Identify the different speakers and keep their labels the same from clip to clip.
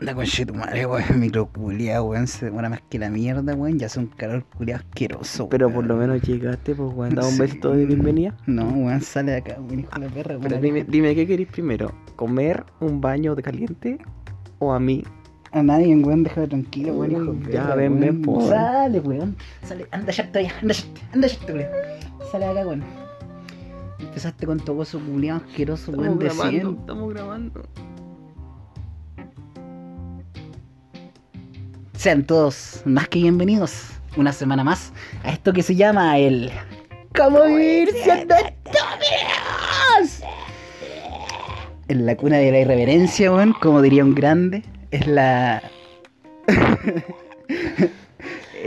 Speaker 1: La concha de tu madre, weón, microculeado, weón, se demora más que la mierda, weón, ya hace un calor culeado asqueroso.
Speaker 2: Pero por lo menos llegaste, pues, weón. Da un
Speaker 1: Sí.
Speaker 2: besito de bienvenida.
Speaker 1: No, weón, sale de acá, weón, hijo de la perra,
Speaker 2: Pero
Speaker 1: weón.
Speaker 2: dime, dime, ¿qué querés primero? ¿Comer un baño de caliente o a mí?
Speaker 1: A nadie, weón, déjame tranquilo, weón, hijo de
Speaker 2: Uy,
Speaker 1: perra,
Speaker 2: ya, ven, ven,
Speaker 1: weón.
Speaker 2: po, weón.
Speaker 1: Sale, weón, sale, anda ya todavía, anda ya, anda ya, weón. Sale de acá, weón. Empezaste con tu gozo culeado asqueroso, weón, de 100.
Speaker 2: estamos grabando.
Speaker 1: Sean todos más que bienvenidos una semana más a esto que se llama el ¿Cómo vivir siendo estúpidos? En la cuna de la irreverencia, weón, como diría un grande, es la. es,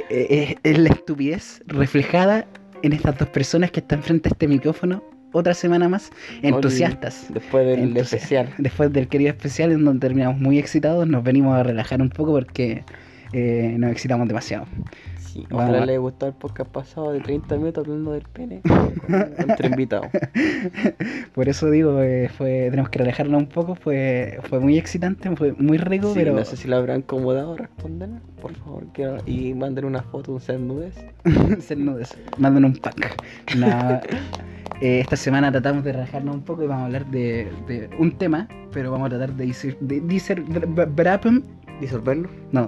Speaker 1: Eh, es la estupidez reflejada en estas dos personas que están frente a este micrófono otra semana más, entusiastas.
Speaker 2: Después del
Speaker 1: Entonces,
Speaker 2: especial.
Speaker 1: Después del querido especial, en donde terminamos muy excitados, nos venimos a relajar un poco porque eh, nos excitamos demasiado.
Speaker 2: Sí,
Speaker 1: Vamos
Speaker 2: ojalá
Speaker 1: a-
Speaker 2: les gustó el podcast pasado de 30 minutos hablando del pene. con- Entre invitados.
Speaker 1: Por eso digo, eh, fue, tenemos que relajarnos un poco, fue, fue muy excitante, fue muy rico,
Speaker 2: Sí,
Speaker 1: pero
Speaker 2: No sé si la habrán acomodado, respondan, por favor. quiero- Y manden una foto, un ser nudes.
Speaker 1: ser nudes. Manden un pack. No, eh, esta semana tratamos de relajarnos un poco y vamos a hablar de, de un tema, pero vamos a tratar de decir, de, diser- br- br-
Speaker 2: Disolverlo,
Speaker 1: no,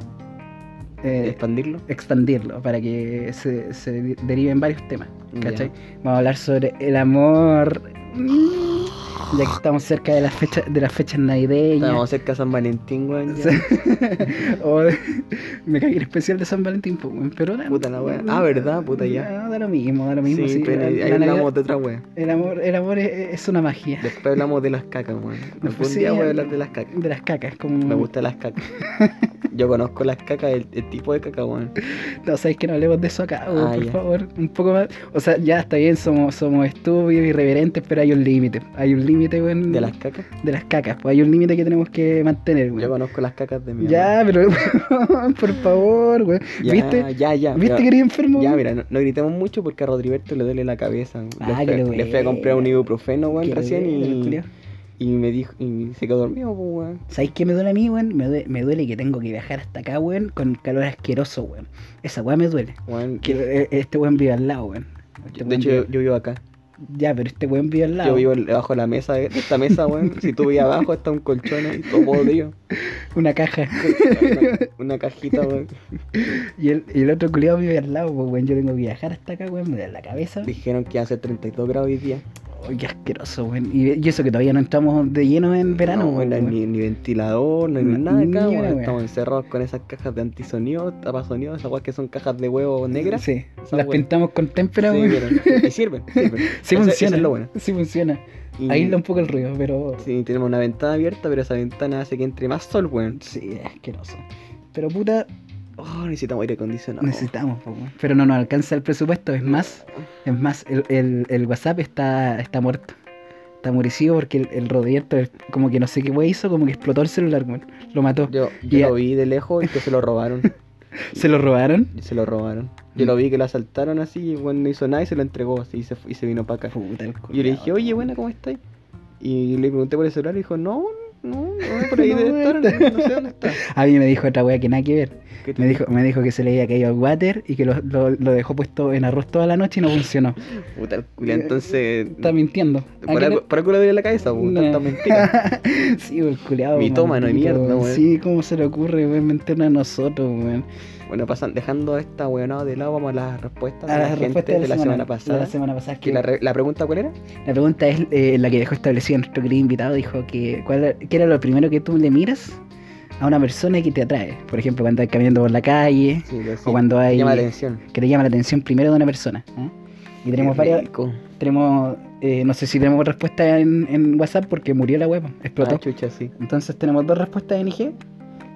Speaker 1: eh,
Speaker 2: expandirlo.
Speaker 1: expandirlo para que se, se deriven varios temas. ¿Cachai? Vamos a hablar sobre el amor. mm, Ya que estamos cerca de las fechas de las fechas navideñas.
Speaker 2: Estamos cerca de San Valentín, weón. ya.
Speaker 1: O de- me caí el especial de San Valentín, pues, weón, pero la-
Speaker 2: Puta la wea. Ah, ¿verdad? Puta ya.
Speaker 1: No, da lo mismo, da lo mismo.
Speaker 2: sí,
Speaker 1: sí,
Speaker 2: pero
Speaker 1: la-
Speaker 2: ahí
Speaker 1: la
Speaker 2: ahí
Speaker 1: Navidad-
Speaker 2: hablamos de otra wea.
Speaker 1: el amor, el amor es, es una magia.
Speaker 2: Después hablamos de las cacas, weón. Algún
Speaker 1: pues, sí,
Speaker 2: día voy a
Speaker 1: ya.
Speaker 2: hablar de las cacas.
Speaker 1: De las cacas, como.
Speaker 2: Me gustan las cacas. Yo conozco las cacas, el, el tipo de caca, weón.
Speaker 1: No sabéis que no hablemos de eso acá, weón,
Speaker 2: Ah,
Speaker 1: por
Speaker 2: ya.
Speaker 1: favor. Un poco más. O sea, ya está bien, somos, somos estúpidos, irreverentes, pero hay un límite. Hay un límite, weón.
Speaker 2: De las cacas.
Speaker 1: de las cacas, pues hay un límite que tenemos que mantener,
Speaker 2: Yo
Speaker 1: weón.
Speaker 2: conozco las cacas de mi mamá.
Speaker 1: Ya, pero por favor, weón.
Speaker 2: Ya,
Speaker 1: ¿Viste?
Speaker 2: Ya, ya.
Speaker 1: ¿Viste que
Speaker 2: ya.
Speaker 1: eres enfermo?
Speaker 2: Ya,
Speaker 1: weón?
Speaker 2: mira, no, no gritemos mucho porque a Rodriberto le duele la cabeza.
Speaker 1: Ah,
Speaker 2: le,
Speaker 1: que
Speaker 2: fui,
Speaker 1: le
Speaker 2: le fui a comprar un
Speaker 1: duele.
Speaker 2: ibuprofeno, weón,
Speaker 1: Qué
Speaker 2: recién
Speaker 1: duele, los
Speaker 2: y,
Speaker 1: culiaos.
Speaker 2: y me dijo, y se quedó dormido, pues, weón.
Speaker 1: ¿Sabéis qué me duele a mí, weón? Me duele, me duele que tengo que viajar hasta acá, weón, con calor asqueroso, weón. Esa weá me duele.
Speaker 2: Weón,
Speaker 1: Que eh, este weón vive al lado, weón. Este
Speaker 2: yo- de
Speaker 1: weón
Speaker 2: hecho, yo,
Speaker 1: vive-
Speaker 2: yo vivo acá.
Speaker 1: Ya, pero este weón vive al lado.
Speaker 2: Yo vivo debajo de la mesa, de de esta mesa, weón. si tú vivías abajo, está un colchón ahí, todo podrido.
Speaker 1: Una caja.
Speaker 2: Una, una cajita, weón.
Speaker 1: Y el, y el otro culiado vive al lado, pues, weón. Yo tengo que viajar hasta acá, weón. Me duele la cabeza.
Speaker 2: Dijeron que hace 32 grados hoy día.
Speaker 1: Ay, qué asqueroso, weón. Y, y eso que todavía no entramos de lleno en verano,
Speaker 2: No, no hay
Speaker 1: weón.
Speaker 2: ni, ni ventilador, no hay
Speaker 1: Ni-
Speaker 2: nada
Speaker 1: ni
Speaker 2: acá,
Speaker 1: una
Speaker 2: weón.
Speaker 1: wea.
Speaker 2: Estamos encerrados con esas cajas de antisonido, tapasonido, esas weas que son cajas de huevo negras.
Speaker 1: Sí.
Speaker 2: Esa
Speaker 1: Las
Speaker 2: weá.
Speaker 1: pintamos con témpera,
Speaker 2: Sí,
Speaker 1: weón.
Speaker 2: pero- y sirven, sirven.
Speaker 1: Sí
Speaker 2: Eso- eso
Speaker 1: funciona.
Speaker 2: es lo bueno.
Speaker 1: Sí funciona.
Speaker 2: Y-
Speaker 1: Aísla un poco el ruido, pero.
Speaker 2: Sí, tenemos una ventana abierta, pero esa ventana hace que entre más sol, weón.
Speaker 1: Sí, es asqueroso. Pero puta,
Speaker 2: Oh, necesitamos aire acondicionado.
Speaker 1: necesitamos, po, weón. Pero no nos alcanza el presupuesto, es más. Es más, el, el- el WhatsApp está, está muerto. Está murecido porque el, el Rodierto, el- como que no sé qué wey hizo, como que explotó el celular, weón. Lo mató.
Speaker 2: Yo, yo
Speaker 1: Y a-
Speaker 2: lo vi de lejos y que se lo robaron.
Speaker 1: Se lo robaron.
Speaker 2: Se lo robaron. Yo
Speaker 1: Mm.
Speaker 2: lo vi que lo asaltaron así y bueno, no hizo nada y se lo entregó así y se, fu- y se vino para acá.
Speaker 1: Puta, el
Speaker 2: Y yo le
Speaker 1: culiao,
Speaker 2: dije, oye,
Speaker 1: weón.
Speaker 2: buena, ¿cómo estáis? Y le pregunté por el celular y dijo, no, no, no, por ahí
Speaker 1: No,
Speaker 2: debe estar,
Speaker 1: está.
Speaker 2: no sé dónde está.
Speaker 1: A mí me dijo otra wea que nada que ver.
Speaker 2: ¿Qué te
Speaker 1: Me dijo, me dijo que se le había caído el water y que lo, lo- lo dejó puesto en arroz toda la noche y no funcionó.
Speaker 2: Puta el culo, entonces.
Speaker 1: Está ah, mintiendo.
Speaker 2: Por
Speaker 1: Aquí le-
Speaker 2: algo, por algo le duele la cabeza, pues,
Speaker 1: No.
Speaker 2: tanta mentira.
Speaker 1: sí, el culeado.
Speaker 2: Mitómano de mierda, weón.
Speaker 1: Sí, ¿cómo se le ocurre, weón, mentirnos a nosotros, weón?
Speaker 2: Bueno, pasan, dejando a esta weonada de lado, vamos a las respuestas
Speaker 1: A
Speaker 2: de
Speaker 1: las
Speaker 2: la gente
Speaker 1: respuestas
Speaker 2: de la semana, pasada.
Speaker 1: De la semana pasada.
Speaker 2: que la, re- la pregunta, ¿cuál era?
Speaker 1: La pregunta es eh, la que dejó establecida nuestro querido invitado. Dijo que, ¿cuál, ¿qué era lo primero que tú le miras a una persona que te atrae? Por ejemplo, cuando estás caminando por la calle
Speaker 2: Sí, lo- sí,
Speaker 1: o cuando hay.
Speaker 2: Llama la atención.
Speaker 1: Que te llama la atención primero de una persona. ¿eh? Y tenemos
Speaker 2: Qué
Speaker 1: varias.
Speaker 2: rico. Ah,
Speaker 1: Tenemos. eh, no sé si tenemos respuesta en, en WhatsApp porque murió la web, explotó.
Speaker 2: Ah, chucha, sí.
Speaker 1: Entonces tenemos dos respuestas de NG,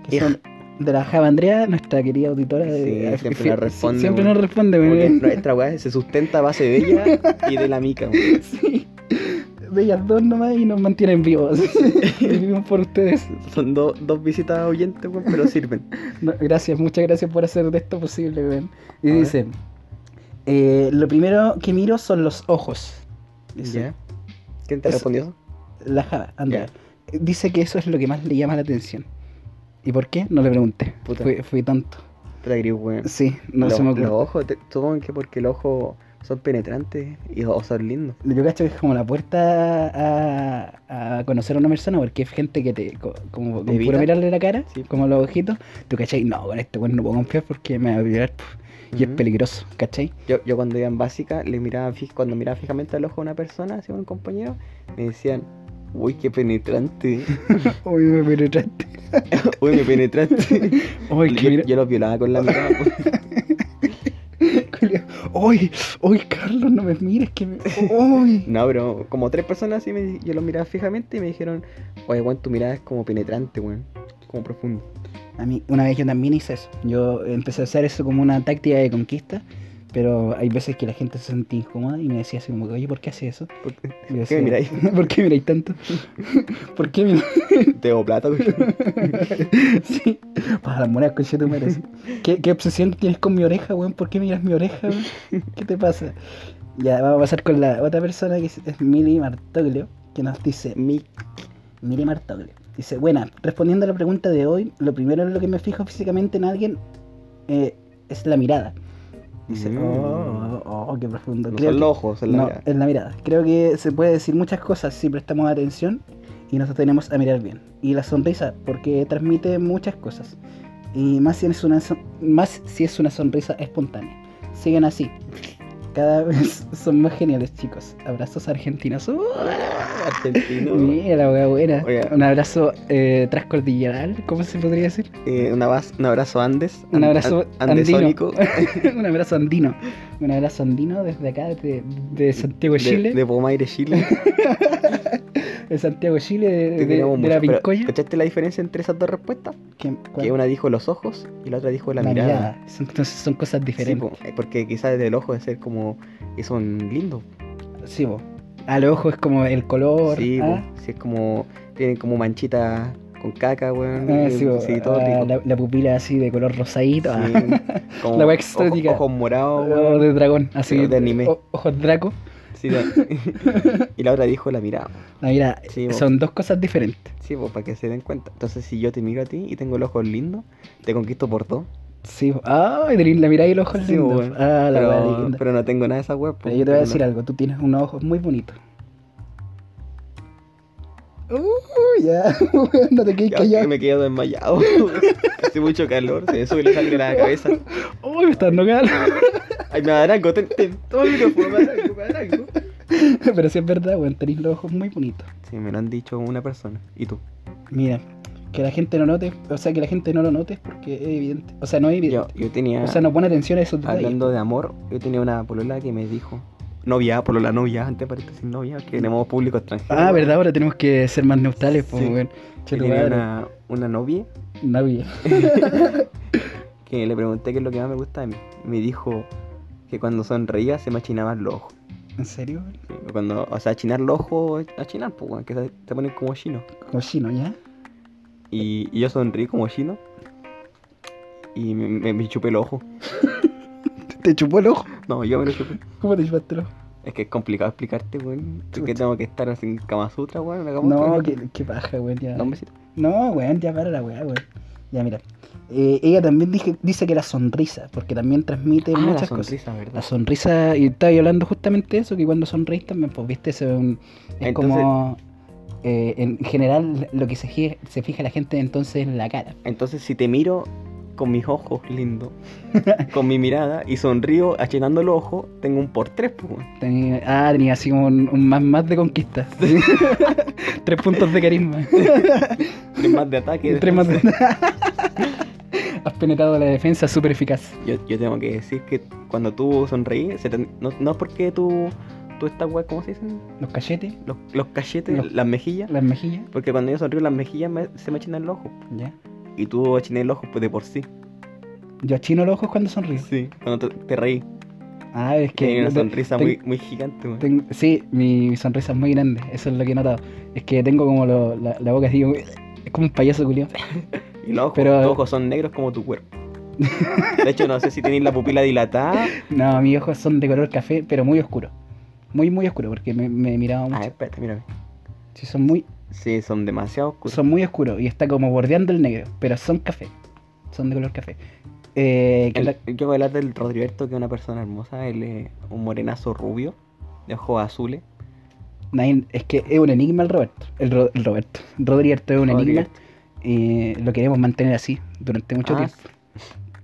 Speaker 1: que
Speaker 2: Ej.
Speaker 1: son de la Java Andrea, nuestra querida auditora. de-
Speaker 2: Sí,
Speaker 1: eh,
Speaker 2: siempre
Speaker 1: fi-
Speaker 2: nos responde,
Speaker 1: siempre
Speaker 2: weón.
Speaker 1: nos responde,
Speaker 2: Como que
Speaker 1: weón.
Speaker 2: nuestra weá se sustenta a base de ella y de la mica. weón.
Speaker 1: Sí. De ellas dos nomás y nos mantienen vivos. Vivimos por ustedes.
Speaker 2: Son do- dos visitas oyentes, weón, pero sirven.
Speaker 1: No, gracias, muchas gracias por hacer de esto posible, weón. Y
Speaker 2: A ver.
Speaker 1: dice, eh, lo primero que miro son los ojos. Dice,
Speaker 2: Ya. ¿Quién te
Speaker 1: Eso-
Speaker 2: respondió?
Speaker 1: La Java, Andrea. Dice que eso es lo que más le llama la atención. ¿Y por qué? No le pregunté.
Speaker 2: Puta.
Speaker 1: Fui, fui tonto.
Speaker 2: Puta gris, weón.
Speaker 1: Sí, no
Speaker 2: Los-
Speaker 1: se me
Speaker 2: Los
Speaker 1: ocurrió.
Speaker 2: ojos, te- supongo que porque los ojos son penetrantes y los ojos son lindos.
Speaker 1: Yo cacho que es como la puerta a, a conocer a una persona, porque es gente que te, co- como con
Speaker 2: ¿Evita?
Speaker 1: puro mirarle la cara,
Speaker 2: Sí.
Speaker 1: como los ojitos, tú cachai, no, con este weón no puedo confiar porque me va a violar puf, y es
Speaker 2: Ujú.
Speaker 1: peligroso, cachai.
Speaker 2: Yo, yo cuando iba en básica, le miraba fij- cuando miraba fijamente al ojo de una persona, así a un compañero, me decían, uy, qué penetrante,
Speaker 1: Uy, me penetraste.
Speaker 2: uy, me penetraste.
Speaker 1: Uy,
Speaker 2: yo,
Speaker 1: que mira.
Speaker 2: yo los violaba con la mirada. pues.
Speaker 1: culiao. Uy, uy, Carlos, no me mires, que me. Uy.
Speaker 2: No, pero como tres personas así, me di- yo los miraba fijamente y me dijeron, oye, weón, tu mirada es como penetrante, weón, como profunda.
Speaker 1: A mí, una vez yo también hice eso. Yo empecé a hacer eso como una táctica de conquista, pero hay veces que la gente se sentía incómoda y me decía así como que, oye, ¿por qué haces eso?
Speaker 2: ¿Por qué-
Speaker 1: Y yo
Speaker 2: por qué me
Speaker 1: decía, ¿Por qué miráis tanto? ¿Por qué miráis?
Speaker 2: Te debo plata, weón.
Speaker 1: sí. Para las monedas, coche, tú mereces. ¿Qué, ¿Qué obsesión tienes con mi oreja, weón? ¿Por qué miras mi oreja, weón? ¿Qué te pasa? Ya, vamos a pasar con la otra persona que es, es Mili Martoglio, que nos dice,
Speaker 2: Mi
Speaker 1: Miri Martoglio. Dice, buena, respondiendo a la pregunta de hoy, lo primero en lo que me fijo físicamente en alguien eh, es la mirada. Dice,
Speaker 2: Mm.
Speaker 1: oh, oh, oh, qué profundo.
Speaker 2: No
Speaker 1: Creo
Speaker 2: son
Speaker 1: que-
Speaker 2: los ojos, son la
Speaker 1: no,
Speaker 2: mirada.
Speaker 1: es la mirada. Creo que se puede decir muchas cosas si prestamos atención y nos tenemos a mirar bien. Y la sonrisa, porque transmite muchas cosas. Y más si es una, son- más si es una sonrisa espontánea. Sigan así. Cada vez son más geniales, chicos. Abrazos argentinos. ¡Uh!
Speaker 2: Argentino.
Speaker 1: Mira la hueá buena.
Speaker 2: Oiga.
Speaker 1: Un abrazo eh, transcordilleral, ¿cómo se podría decir?
Speaker 2: Eh, un, abas- un abrazo Andes.
Speaker 1: Un
Speaker 2: an-
Speaker 1: abrazo
Speaker 2: an- andesónico.
Speaker 1: andino. un abrazo andino. Un abrazo andino desde acá, desde de Santiago,
Speaker 2: De,
Speaker 1: Chile.
Speaker 2: de Pomaire, Chile.
Speaker 1: de Santiago, Chile, de,
Speaker 2: Te
Speaker 1: de-
Speaker 2: queremos
Speaker 1: de
Speaker 2: mucho.
Speaker 1: la
Speaker 2: Pero,
Speaker 1: Pincoya.
Speaker 2: ¿Cachaste la diferencia entre esas dos respuestas?
Speaker 1: Que,
Speaker 2: Que una dijo los ojos y la otra dijo la, mirada.
Speaker 1: Son- Entonces son cosas
Speaker 2: Sí,
Speaker 1: diferentes.
Speaker 2: po, eh, porque quizás desde el ojo de ser como que son lindos.
Speaker 1: Sí, vos. Al ojo es como el color.
Speaker 2: Sí,
Speaker 1: ah.
Speaker 2: po, sí, es como. Tienen como manchitas con caca, weón.
Speaker 1: Ah,
Speaker 2: eh,
Speaker 1: sí, po.
Speaker 2: sí, todo
Speaker 1: Ah,
Speaker 2: rico.
Speaker 1: la, la pupila así de color rosadito. ah.
Speaker 2: Sí, como
Speaker 1: La wea
Speaker 2: ojo-
Speaker 1: exótica.
Speaker 2: Ojos morados,
Speaker 1: O
Speaker 2: weón.
Speaker 1: de dragón, así.
Speaker 2: Sí, de anime.
Speaker 1: o- ojos draco.
Speaker 2: Sí, la- y la otra dijo la mirada.
Speaker 1: La mirada.
Speaker 2: Sí, vos.
Speaker 1: son dos cosas diferentes.
Speaker 2: Sí, pues para que se den cuenta. Entonces, si yo te miro a ti y tengo los ojos lindos, te conquisto por dos.
Speaker 1: Sí, po. ah, y tenés la mirada y los ojos
Speaker 2: Sí,
Speaker 1: lindos.
Speaker 2: weón.
Speaker 1: Ah, la weá
Speaker 2: Pero,
Speaker 1: linda. Pero,
Speaker 2: pero no tengo nada de esa pues, web.
Speaker 1: yo te voy a decir algo, tú tienes unos ojos muy bonitos. Uh, ya, weón, no te quedes callado.
Speaker 2: me quedo desmayado. Hace mucho calor, se me sube la sangre a la cabeza.
Speaker 1: Uy, me está dando calor.
Speaker 2: Ay, me arango, ten, ten todo el micrófono, me arango, me arango.
Speaker 1: Pero sí es verdad, weón, tenés los ojos muy bonitos.
Speaker 2: Sí, me lo han dicho una persona. ¿Y tú?
Speaker 1: Mira, que la gente no note, o sea, que la gente no lo note porque es evidente. O sea, no es
Speaker 2: Yo,
Speaker 1: evidente.
Speaker 2: yo tenía,
Speaker 1: O sea, no pone atención a esos detalles.
Speaker 2: hablando de amor, yo tenía una polola que me dijo, novia, polola, novia, antes paréntesis, novia, que tenemos público extranjero.
Speaker 1: Ah, verdad, ahora tenemos que ser más neutrales, pues,
Speaker 2: Sí.
Speaker 1: weón.
Speaker 2: Que
Speaker 1: Che, tu
Speaker 2: tenía
Speaker 1: madre.
Speaker 2: una, una novia
Speaker 1: Nadie.
Speaker 2: que le pregunté qué es lo que más me gusta de mí. Y me dijo que cuando sonreía se me achinaban los ojos.
Speaker 1: ¿En serio? weón?
Speaker 2: Sí, Cuando, o sea, achinar los ojos, es achinar, pues, weón, que se, se ponen como chinos.
Speaker 1: Como chino, ¿ya?
Speaker 2: Y, y yo sonreí como chino. Y me, me- me chupé el ojo.
Speaker 1: Te chupó el ojo.
Speaker 2: No, yo me lo chupé.
Speaker 1: ¿Cómo te chupaste el ojo?
Speaker 2: Es que es complicado explicarte, weón.
Speaker 1: Chucha.
Speaker 2: Porque tengo que estar así en Kama Sutra, weón. en la Kama
Speaker 1: No,
Speaker 2: Sutra.
Speaker 1: qué, qué paja, weón. Ya.
Speaker 2: No, un besito.
Speaker 1: No, weón, ya para la weá, weón. Ya, mira. Eh, ella también dije- dice que la sonrisa, porque también transmite
Speaker 2: Ah,
Speaker 1: muchas
Speaker 2: la
Speaker 1: cosas.
Speaker 2: sonrisa, ¿verdad?
Speaker 1: La sonrisa, y estaba yo hablando justamente de eso, que cuando sonreís también, pues viste, eso es, un- es
Speaker 2: Entonces-
Speaker 1: como. eh, en general, lo que se, gi- se fija la gente entonces en la cara.
Speaker 2: Entonces, si te miro con mis ojos lindo, con mi mirada y sonrío achinando los ojos, tengo un por tres, pues, weón.
Speaker 1: Tenía, ah, tenía así como un, un más más de conquista. Tres puntos de carisma.
Speaker 2: Tres más de ataque.
Speaker 1: Tres más de- Has penetrado la defensa súper eficaz.
Speaker 2: Yo, yo tengo que decir que cuando tú sonreís, se te- no, no es porque tú, tú estás, weón, ¿cómo se dicen?
Speaker 1: Los cachetes,
Speaker 2: Los, los cachetes,
Speaker 1: Los-
Speaker 2: las mejillas.
Speaker 1: las mejillas,
Speaker 2: Porque cuando yo sonrío, las mejillas me- se me achinan los ojos.
Speaker 1: ya.
Speaker 2: Y tú achiné el ojo pues, de por sí.
Speaker 1: Yo achino los ojos cuando sonrío.
Speaker 2: Sí. Cuando te, te reí.
Speaker 1: Ah, es
Speaker 2: Que hay
Speaker 1: que.
Speaker 2: una
Speaker 1: yo te-
Speaker 2: sonrisa
Speaker 1: ten-
Speaker 2: muy, muy gigante, weón.
Speaker 1: ten- sí, mi sonrisa es muy grande, eso es lo que he notado. Es que tengo como lo- la, la boca así, como- es como un payaso culiao.
Speaker 2: Y los ojos,
Speaker 1: pero-
Speaker 2: tus ojos son negros como tu cuerpo. De hecho, no sé si tenéis la pupila dilatada.
Speaker 1: No, mis ojos son de color café, pero muy oscuro. Muy, muy oscuro, porque me, me miraba
Speaker 2: Ah,
Speaker 1: mucho.
Speaker 2: espérate, mírame.
Speaker 1: Sí, son muy
Speaker 2: Sí, son demasiado oscuros.
Speaker 1: Son muy oscuros y está como bordeando el negro, pero son café. Son de color café. Eh, que
Speaker 2: El-
Speaker 1: la-
Speaker 2: Yo voy a hablar del Rodriberto, que es una persona hermosa. Él es un morenazo rubio, de ojos azules.
Speaker 1: nadie- es que es un enigma el Roberto. El, Ro- el Roberto. Rodriberto es un enigma.
Speaker 2: Rodriberto.
Speaker 1: y lo queremos mantener así durante mucho
Speaker 2: Ah,
Speaker 1: tiempo.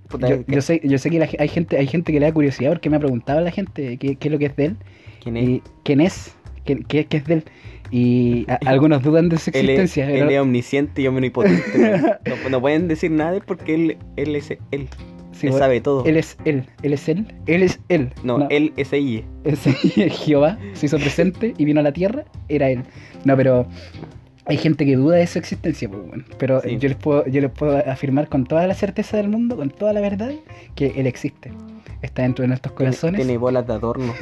Speaker 2: Puta,
Speaker 1: Yo,
Speaker 2: ¿qué-
Speaker 1: yo sé, yo sé que la ge- hay, gente, hay gente que le da curiosidad porque me ha preguntado a la gente qué, qué es lo que es de él.
Speaker 2: ¿Quién es?
Speaker 1: Y, ¿Quién es? ¿Qué, qué- qué es de él? Y a- algunos dudan de su
Speaker 2: Él es,
Speaker 1: existencia.
Speaker 2: él
Speaker 1: pero-
Speaker 2: es omnisciente y omnipotente. weón. no, no pueden decir nada de él porque él, él es él.
Speaker 1: sí,
Speaker 2: él
Speaker 1: bueno,
Speaker 2: sabe todo.
Speaker 1: él es él. Él es él. Él es él.
Speaker 2: no, él es ella.
Speaker 1: Es- Jehová se hizo presente y vino a la tierra, era él. No, pero hay gente que duda de su existencia, pues, weón. pero
Speaker 2: Sí.
Speaker 1: yo, les puedo, yo les puedo afirmar con toda la certeza del mundo, con toda la verdad, que él existe. Está dentro de nuestros
Speaker 2: Tiene-
Speaker 1: corazones.
Speaker 2: Tiene bolas de adorno.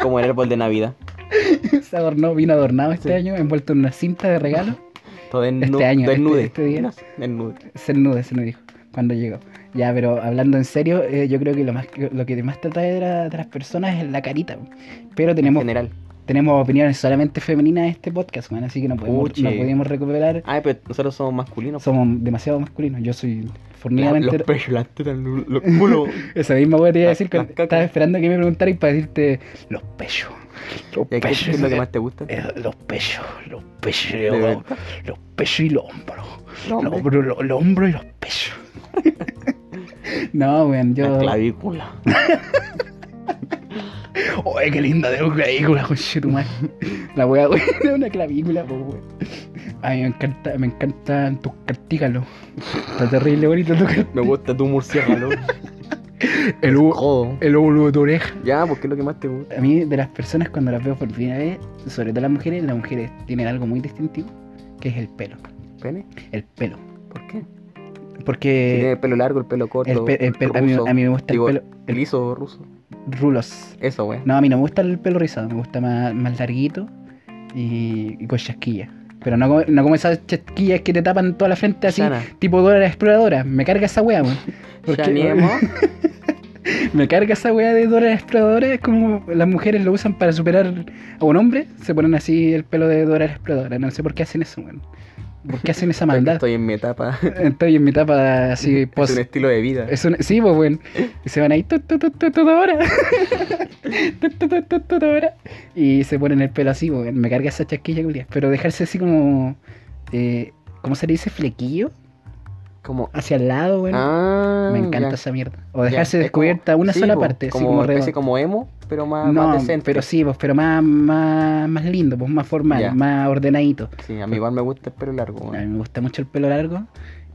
Speaker 2: como el árbol de Navidad.
Speaker 1: Se adornó, vino adornado este
Speaker 2: Sí.
Speaker 1: año, envuelto en una cinta de regalo.
Speaker 2: Todo desnu-
Speaker 1: Este año, este-
Speaker 2: desnude.
Speaker 1: este día.
Speaker 2: No, desnude.
Speaker 1: Se nude, se nos dijo cuando llegó. Ya, pero hablando en serio, eh, yo creo que lo, más, lo que más te atrae de, la- de las personas es la carita. weón. Pero
Speaker 2: En
Speaker 1: tenemos
Speaker 2: general.
Speaker 1: tenemos opiniones solamente femeninas de este podcast, man, así que no podemos,
Speaker 2: Puche.
Speaker 1: no podemos recuperar.
Speaker 2: Ay, Ah, pero nosotros somos masculinos.
Speaker 1: Somos demasiado masculinos. Yo soy
Speaker 2: La-
Speaker 1: fornidamente.
Speaker 2: los pechos, las tetas, los los culos.
Speaker 1: Esa misma hueá te iba a
Speaker 2: las-
Speaker 1: decir. que
Speaker 2: las cacas.
Speaker 1: Estaba esperando que me preguntarais para decirte los pechos. Los
Speaker 2: ¿Y a qué-
Speaker 1: pechos.
Speaker 2: ¿Qué es lo que más te gusta?
Speaker 1: eh, Los pechos, los pechos,
Speaker 2: ¿De verdad?
Speaker 1: los pechos y los hombros.
Speaker 2: No,
Speaker 1: Los
Speaker 2: hombre.
Speaker 1: hombros, los, los hombros y los pechos. no, weón, yo.
Speaker 2: La clavícula.
Speaker 1: Oye, qué linda de una clavícula, conchetumadre. La wea, wea, de una clavícula, po, wea. A mí me encanta, me encantan tus cartícalos. Está terrible bonito tu car-
Speaker 2: Me gusta tu murciélago.
Speaker 1: el, hú-
Speaker 2: Jodo.
Speaker 1: el óvulo de tu oreja.
Speaker 2: Ya, porque es lo que más te gusta.
Speaker 1: A mí, de las personas cuando las veo por primera vez, sobre todo las mujeres, las mujeres tienen algo muy distintivo, que es el pelo.
Speaker 2: ¿Pene?
Speaker 1: El pelo.
Speaker 2: ¿Por qué? si tiene
Speaker 1: Porque
Speaker 2: el pelo largo, el pelo
Speaker 1: Eh,
Speaker 2: corto.
Speaker 1: el pe- el pelo- a, mí,
Speaker 2: ruso,
Speaker 1: a mí me gusta
Speaker 2: digo,
Speaker 1: el pelo el-
Speaker 2: liso o ruso.
Speaker 1: rulos.
Speaker 2: Eso, güey.
Speaker 1: No, a mí no me gusta el pelo rizado, me gusta más, más larguito y, y con chasquillas. Pero no como, no como esas chasquillas que te tapan toda la frente así,
Speaker 2: Sana.
Speaker 1: tipo Dora la exploradora. Me carga esa wea, weón. Porque-
Speaker 2: Chaneemos.
Speaker 1: Me carga esa wea de Dora la exploradora. Es como las mujeres lo usan para superar a un hombre, se ponen así el pelo de Dora la exploradora. No sé por qué hacen eso, weón. ¿Por qué hacen esa
Speaker 2: Creo que
Speaker 1: maldad?
Speaker 2: Estoy en mi etapa.
Speaker 1: Estoy en mi etapa así
Speaker 2: Es
Speaker 1: post.
Speaker 2: un estilo de vida.
Speaker 1: pues, Es un- sí, pues, weón. Y se van ahí tu, tu, tu, tu, tu, ahora. Tu, tu, tu, tu, tu, ahora. Y se ponen el pelo así, weón. Me carga esa chasquilla, culiá. Pero dejarse así como. eh, ¿Cómo se le dice? Flequillo.
Speaker 2: Como.
Speaker 1: Hacia el lado, weón.
Speaker 2: Ah,
Speaker 1: Me encanta
Speaker 2: ya,
Speaker 1: esa mierda. O
Speaker 2: ya.
Speaker 1: dejarse
Speaker 2: Es
Speaker 1: descubierta
Speaker 2: como-
Speaker 1: una
Speaker 2: sí,
Speaker 1: sola
Speaker 2: po,
Speaker 1: parte, así
Speaker 2: como
Speaker 1: como
Speaker 2: especie
Speaker 1: redonda.
Speaker 2: como emo, pero más,
Speaker 1: No,
Speaker 2: más decente.
Speaker 1: pero sí, pues, pero más, más, más lindo, pues más formal,
Speaker 2: Ya.
Speaker 1: más ordenadito.
Speaker 2: Sí, a mí igual me gusta el pelo largo.
Speaker 1: A
Speaker 2: güey.
Speaker 1: mí me gusta mucho el pelo largo.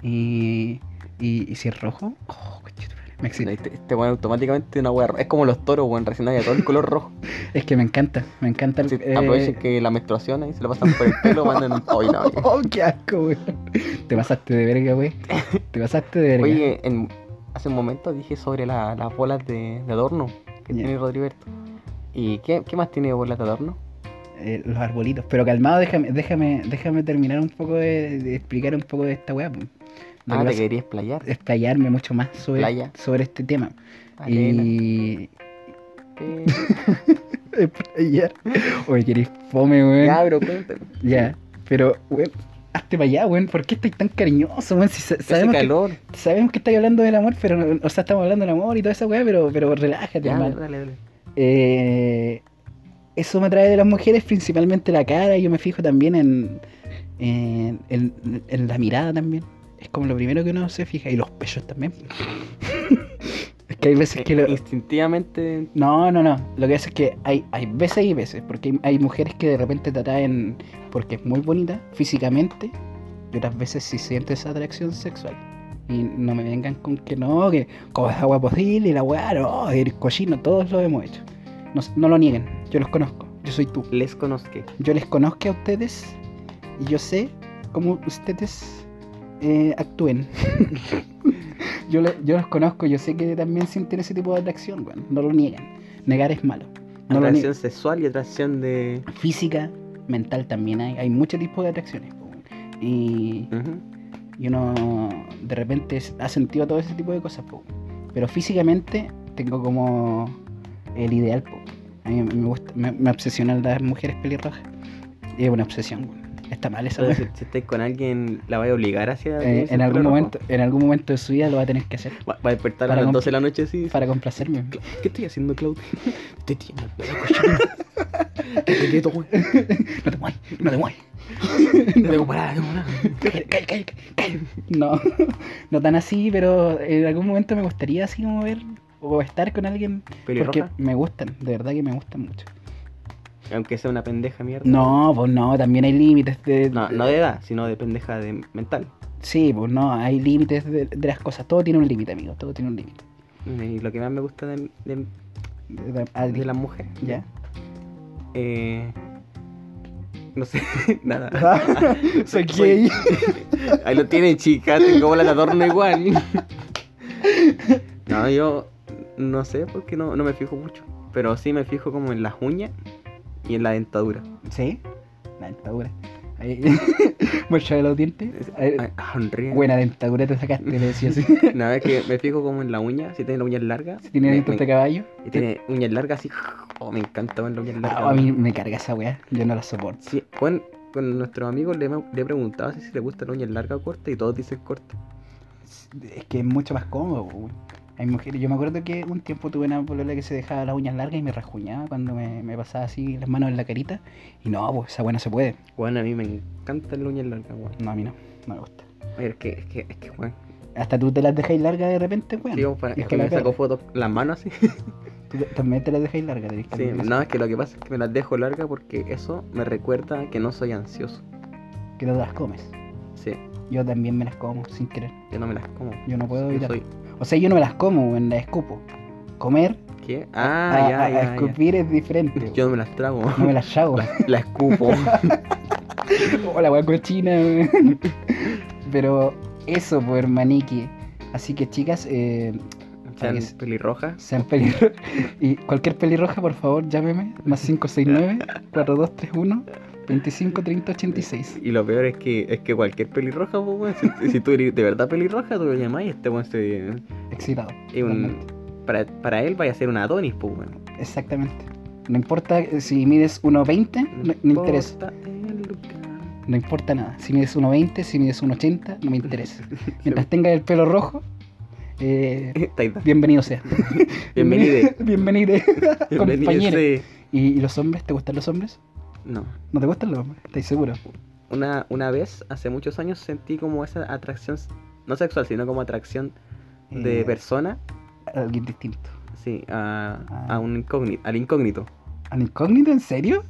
Speaker 1: Y, y, y si es rojo, oh, conchetumare, me excita.
Speaker 2: Este este weón automáticamente una wea ro- Es como los toros, weón. Recién había todo el color rojo.
Speaker 1: Es que me encanta, me encanta el
Speaker 2: Sí,
Speaker 1: eh,
Speaker 2: Aprovechen que la menstruación ahí se lo pasan por el pelo, mandan un hoy no, oye.
Speaker 1: Oh, qué asco, weón. Te pasaste de verga, güey. Te pasaste de verga.
Speaker 2: Oye, en- hace un momento dije sobre la- las bolas de, de adorno que
Speaker 1: Ya.
Speaker 2: tiene Rodriberto. ¿Y qué, qué más tiene de bolas de adorno?
Speaker 1: Eh, los arbolitos. Pero calmado, déjame, déjame, déjame terminar un poco de, de explicar un poco de esta weá. po. De
Speaker 2: Ah,
Speaker 1: que
Speaker 2: te
Speaker 1: vas a
Speaker 2: querías playar.
Speaker 1: explayarme mucho más sobre,
Speaker 2: Playa. Ah,
Speaker 1: sobre este tema.
Speaker 2: Arena,
Speaker 1: Y.
Speaker 2: pe-
Speaker 1: Explayar. Oye, querés fome, weón.
Speaker 2: Ya,
Speaker 1: Ya.
Speaker 2: pero cuéntame.
Speaker 1: Pero, weón, hazte para allá, weón. ¿Por qué estás tan cariñoso, weón? Si sa-
Speaker 2: Ese
Speaker 1: sabemos que,
Speaker 2: calor.
Speaker 1: sabemos que estás hablando del amor, pero. no- O sea, estamos hablando del amor y toda esa weá, pero, pero relájate,
Speaker 2: Ya,
Speaker 1: hermano.
Speaker 2: dale, dale, dale.
Speaker 1: Eh, eso me atrae de las mujeres, principalmente la cara. Yo me fijo también en, en, en- en la mirada también. Es como lo primero que uno se fija. Y los pechos también. es que hay veces que...
Speaker 2: Eh,
Speaker 1: lo-
Speaker 2: Instintivamente.
Speaker 1: No, no, no. Lo que pasa es que hay, hay veces y veces. Porque hay, hay mujeres que de repente te atraen porque es muy bonita físicamente. Y otras veces sí sientes esa atracción sexual. Y no me vengan con que no, que como es agua posible y la weá, no, el cochino, todos lo hemos hecho. No, s- no lo nieguen, yo los conozco, yo soy tú.
Speaker 2: Les conozco.
Speaker 1: Yo les conozco a ustedes y yo sé cómo ustedes eh, actúen. yo, lo- yo los conozco, yo sé que también sienten ese tipo de atracción, weón. No lo nieguen. Negar es malo. No lo
Speaker 2: atracción
Speaker 1: nieguen.
Speaker 2: sexual y atracción de.
Speaker 1: Física, mental también hay. Hay muchos tipos de atracciones. po, weón. Y,
Speaker 2: Ujú.
Speaker 1: y uno de repente s- ha sentido todo ese tipo de cosas. po. Pero físicamente tengo como el ideal. po. A mí me, gusta, me, me obsesionan las mujeres pelirrojas. Es una obsesión. weón. Está mal esa
Speaker 2: Entonces,
Speaker 1: weá.
Speaker 2: si, si estáis con alguien, la vais a obligar hacia.
Speaker 1: Eh,
Speaker 2: ese
Speaker 1: en algún
Speaker 2: trabajo.
Speaker 1: momento, en algún momento de su vida lo va a tener que hacer
Speaker 2: Va, va a despertar
Speaker 1: Para
Speaker 2: a las
Speaker 1: comp-
Speaker 2: 12 de la noche así.
Speaker 1: para complacerme.
Speaker 2: ¿Qué estoy haciendo, Claudio? Te tiene el pelo cochino. Te quieto, güey.
Speaker 1: No te muevas, no te muevas.
Speaker 2: No tengo parada, no tengo nada.
Speaker 1: Cállate, cállate, cállate, cállate. No, no tan así, pero en algún momento me gustaría así como ver o estar con alguien porque
Speaker 2: Pelirroja,
Speaker 1: me gustan, de verdad que me gustan mucho.
Speaker 2: aunque sea una pendeja mierda.
Speaker 1: No, pues no, también hay límites de...
Speaker 2: No, no de edad, sino de pendeja de mental.
Speaker 1: Sí, pues no, hay límites de, de las cosas. Todo tiene un límite, amigo, todo tiene un límite.
Speaker 2: Y lo que más me gusta de, de,
Speaker 1: De- de-
Speaker 2: de las mujeres.
Speaker 1: ¿Ya?
Speaker 2: Eh, no sé, nada.
Speaker 1: Soy gay.
Speaker 2: Ahí lo tiene, chica. Tengo la adorno igual. No, yo no sé porque no, no me fijo mucho. Pero sí me fijo como en las uñas y en la dentadura.
Speaker 1: ¿Sí? La dentadura. Ahí. Muestra los dientes. A ver,
Speaker 2: Ay, ah, Henry.
Speaker 1: Buena dentadura te sacaste, le decía así.
Speaker 2: No, es que me fijo como en la uña, si tiene las uñas largas.
Speaker 1: Si tiene
Speaker 2: me-
Speaker 1: dientes
Speaker 2: me-
Speaker 1: de caballo.
Speaker 2: y tiene uñas largas así. Oh, me encanta ver las uñas largas.
Speaker 1: Ah, a mí me carga esa weá, yo no la soporto.
Speaker 2: Sí, con, con nuestros amigos le, hemos- le he preguntado si, si le gustan las uñas largas o cortas y todos dicen cortas.
Speaker 1: Es que es mucho más cómodo, po, weón. Hay mujeres, yo me acuerdo que un tiempo tuve una polola que se dejaba las uñas largas y me rasguñaba cuando me, me pasaba así las manos en la carita. Y no, pues esa weá no se puede.
Speaker 2: Bueno, a mí me encantan las uñas largas, weón.
Speaker 1: No, a mí no, no me gusta.
Speaker 2: Oye, Es que, es que, es que, weón.
Speaker 1: Hasta tú te las dejáis largas de repente, weón.
Speaker 2: Sí, como para-
Speaker 1: Y
Speaker 2: es
Speaker 1: es
Speaker 2: que
Speaker 1: la
Speaker 2: me saco
Speaker 1: peor.
Speaker 2: fotos las manos así.
Speaker 1: Tú te- también te las dejáis largas, tenés que
Speaker 2: Sí,
Speaker 1: admitir
Speaker 2: no, es que lo que pasa es que me las dejo largas porque eso me recuerda que no soy ansioso.
Speaker 1: eso, Que no te las comes.
Speaker 2: Sí,
Speaker 1: Yo también me las como sin querer.
Speaker 2: yo no me las como.
Speaker 1: Yo no puedo
Speaker 2: Yo
Speaker 1: evitar.
Speaker 2: soy...
Speaker 1: O sea, yo no me las como, weón, las escupo. Comer
Speaker 2: ¿Qué?
Speaker 1: a,
Speaker 2: Ah, ya,
Speaker 1: a- a
Speaker 2: ya, ya.
Speaker 1: escupir es diferente. weón.
Speaker 2: Yo no me las trago.
Speaker 1: No me las chavo.
Speaker 2: La, la escupo.
Speaker 1: Hola, weá Oh, cochina. weón. Pero eso, pues, hermaniqui. Así que, chicas, eh,
Speaker 2: Sean
Speaker 1: es-
Speaker 2: pelirrojas.
Speaker 1: sean pelirrojas. Y cualquier pelirroja, por favor, llámeme. Más 569-4231-253086.
Speaker 2: Y lo peor es que es que cualquier pelirroja, pues, weón, si, si tú eres de verdad pelirroja, tú lo llamás y este weón se.
Speaker 1: Excitado.
Speaker 2: es un-
Speaker 1: totalmente.
Speaker 2: para, para él vaya a ser un Adonis, pues, weón.
Speaker 1: Exactamente. No importa eh, si mides 1,20, no, no interesa.
Speaker 2: importa el lugar.
Speaker 1: No importa nada. Si mides 1,20, si mides 1,80, no me interesa. Mientras tengas el pelo rojo, eh,
Speaker 2: Está ahí.
Speaker 1: bienvenido sea.
Speaker 2: Bienvenide.
Speaker 1: Bienvenido. Compañero.
Speaker 2: Bienvenide.
Speaker 1: ¿Y, y los hombres? ¿Te gustan los hombres?
Speaker 2: No.
Speaker 1: ¿No te gustan los hombres? ¿Estáis seguro?
Speaker 2: Una, una vez, hace muchos años, sentí como esa atracción, no sexual, sino como atracción de
Speaker 1: Eh,
Speaker 2: persona,
Speaker 1: Alguien distinto.
Speaker 2: sí, a,
Speaker 1: Ah.
Speaker 2: a un incógnito, al incógnito.
Speaker 1: ¿Al incógnito? ¿En serio?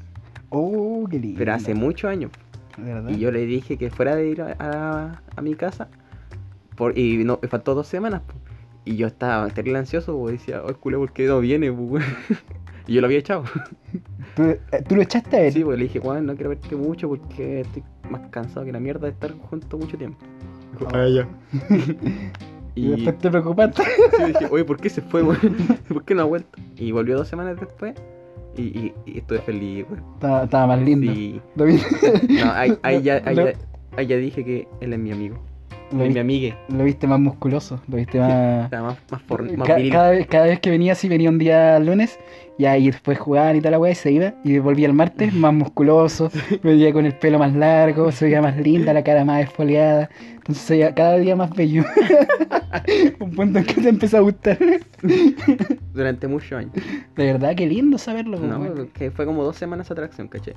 Speaker 1: Oh, qué lindo.
Speaker 2: Pero hace muchos años.
Speaker 1: ¿De verdad?
Speaker 2: Y yo le dije que fuera de ir a, a- a mi casa. Por, y no, faltó dos semanas. po. Y yo estaba terrible ansioso, po, decía, oh, culé, ¿por qué no viene? po, weón?" y yo lo había echado.
Speaker 1: ¿Tú, eh, tú lo echaste a él?
Speaker 2: Sí, pues le dije, Juan, no quiero verte mucho porque estoy más cansado que la mierda de estar juntos mucho tiempo. Dijo,
Speaker 1: Oh.
Speaker 2: "Ah, ya".
Speaker 1: Y
Speaker 2: Y
Speaker 1: después te preocupaste.
Speaker 2: yo dije, oye, ¿por qué se fue, weón? ¿Por qué no ha vuelto? Y volvió dos semanas después y, y, y estuve feliz, weón.
Speaker 1: estaba, estaba más lindo.
Speaker 2: Sí.
Speaker 1: Lo vi-
Speaker 2: No, ahí, ahí ya, ahí
Speaker 1: Lo-
Speaker 2: ya- ahí ya dije que él es mi amigo.
Speaker 1: lo,
Speaker 2: es
Speaker 1: vi-
Speaker 2: mi amigue.
Speaker 1: lo viste más musculoso. Lo viste más.
Speaker 2: Estaba más, más, for- más
Speaker 1: Ca-
Speaker 2: viril.
Speaker 1: cada, vez, cada vez que venía, sí venía un día lunes, y ahí después jugaban y tal la weá, y se iba, y volvía el martes más musculoso, venía con el pelo más largo, se veía más linda, la cara más esfoliada, entonces se veía cada día más bello. un punto en que te empezó a gustar. De
Speaker 2: durante muchos años.
Speaker 1: verdad, qué lindo saberlo.
Speaker 2: No,
Speaker 1: weón.
Speaker 2: que fue como dos semanas de atracción, caché.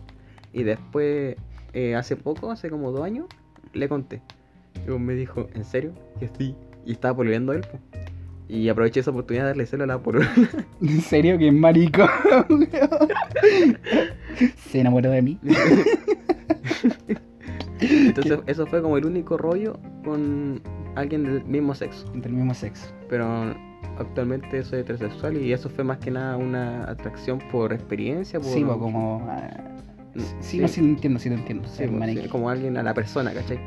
Speaker 2: Y después, eh, hace poco, hace como dos años, le conté. Y me dijo, ¿en serio? Que sí. Y estaba pololeando él, po. Y aproveché esa oportunidad de darle celo a la polola.
Speaker 1: En serio, que marico. weón. se enamoró de mí.
Speaker 2: Entonces, eso fue como el único rollo con alguien del mismo sexo.
Speaker 1: Entre el mismo sexo.
Speaker 2: Pero actualmente soy heterosexual y eso fue más que nada una atracción por experiencia. Por,
Speaker 1: Sí, pues, como. ah,
Speaker 2: Mm,
Speaker 1: sí, no, sí, te entiendo, sí, te entiendo.
Speaker 2: Sí,
Speaker 1: el
Speaker 2: pues,
Speaker 1: maniquí.
Speaker 2: sí, como alguien a la persona, ¿cachai?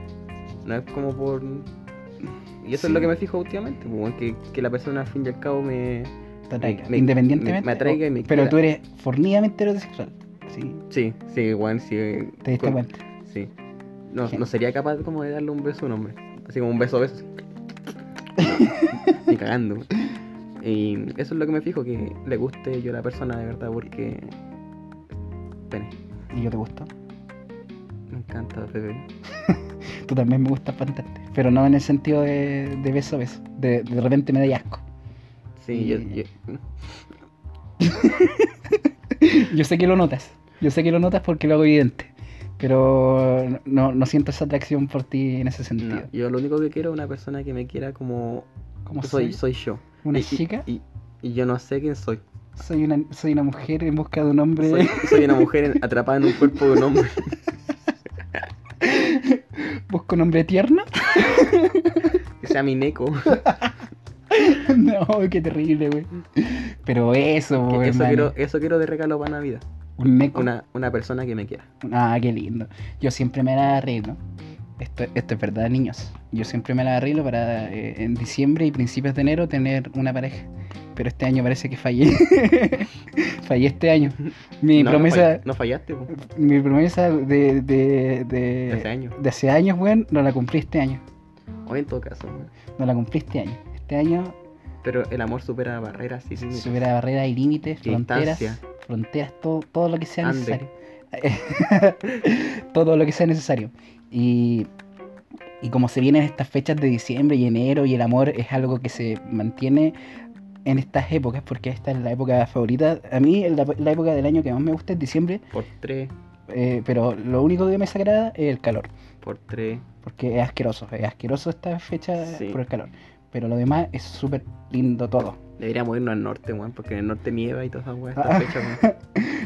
Speaker 2: No es como por... Y
Speaker 1: Sí.
Speaker 2: eso es lo que me fijo últimamente, pues, weón, que, que la persona al fin y al cabo me...
Speaker 1: te atraiga,
Speaker 2: Me- me-
Speaker 1: independientemente.
Speaker 2: me- me atraiga y me
Speaker 1: Pero
Speaker 2: quiera.
Speaker 1: tú eres fornidamente heterosexual. Sí,
Speaker 2: Sí, sí, weón, sí.
Speaker 1: te diste
Speaker 2: con-
Speaker 1: cuenta.
Speaker 2: Sí. No, no sería capaz como de darle un beso a un hombre. Así como un beso a beso. así. Ni cagando. weón. Y eso es lo que me fijo, que le guste yo a la persona de verdad, porque... Pene.
Speaker 1: Y yo te gusto.
Speaker 2: Me encanta Pepe.
Speaker 1: Tú también me gustas bastante. Pero no en el sentido de, de beso a beso. De, de repente me da asco.
Speaker 2: Sí, yo, yo-
Speaker 1: Yo sé que lo notas. Yo sé que lo notas porque lo hago evidente. Pero no, no siento esa atracción por ti en ese sentido.
Speaker 2: no, yo lo único que quiero es una persona que me quiera como
Speaker 1: Como
Speaker 2: soy,
Speaker 1: soy,
Speaker 2: soy yo.
Speaker 1: una
Speaker 2: Y- y-
Speaker 1: chica,
Speaker 2: Y, y yo no sé quién soy.
Speaker 1: soy una, soy una mujer en busca de un hombre.
Speaker 2: Soy, soy una mujer en- atrapada en un cuerpo de un hombre.
Speaker 1: ¿Busco un hombre tierno?
Speaker 2: Que sea mi neko.
Speaker 1: no, qué terrible, güey. Pero eso,
Speaker 2: Que
Speaker 1: güey,
Speaker 2: eso,
Speaker 1: hermano.
Speaker 2: quiero, eso quiero de regalo para Navidad.
Speaker 1: Un meco.
Speaker 2: Una, una persona que me quiera.
Speaker 1: Ah, qué lindo. Yo siempre me la arreglo. Esto, esto es verdad, niños. Yo siempre me la arreglo para eh, en diciembre y principios de enero tener una pareja. Pero este año parece que fallé. fallé este año. Mi
Speaker 2: No, no
Speaker 1: promesa,
Speaker 2: falla- No fallaste, po,
Speaker 1: mi promesa de, de, de-
Speaker 2: hace años.
Speaker 1: de hace años, weón, no la cumplí este año.
Speaker 2: Hoy en todo caso. weón.
Speaker 1: No la cumplí este año. Este año
Speaker 2: Pero el amor supera barreras y límites.
Speaker 1: supera barreras y límites,
Speaker 2: y
Speaker 1: fronteras,
Speaker 2: distancia.
Speaker 1: fronteras, todo, todo lo que sea
Speaker 2: Ande.
Speaker 1: necesario. todo lo que sea necesario. Y, y como se vienen estas fechas de diciembre y enero y el amor es algo que se mantiene en estas épocas, porque esta es la época favorita. A mí la, la época del año que más me gusta es diciembre,
Speaker 2: Por tres,
Speaker 1: eh, pero lo único que me desagrada es el calor,
Speaker 2: por tres.
Speaker 1: porque es asqueroso, es asqueroso esta fecha
Speaker 2: Sí.
Speaker 1: por el calor. Pero lo demás es súper lindo todo.
Speaker 2: Deberíamos irnos al norte, weón, porque en el norte nieva y todas esas weas.
Speaker 1: Ah.
Speaker 2: Esta fecha, weón.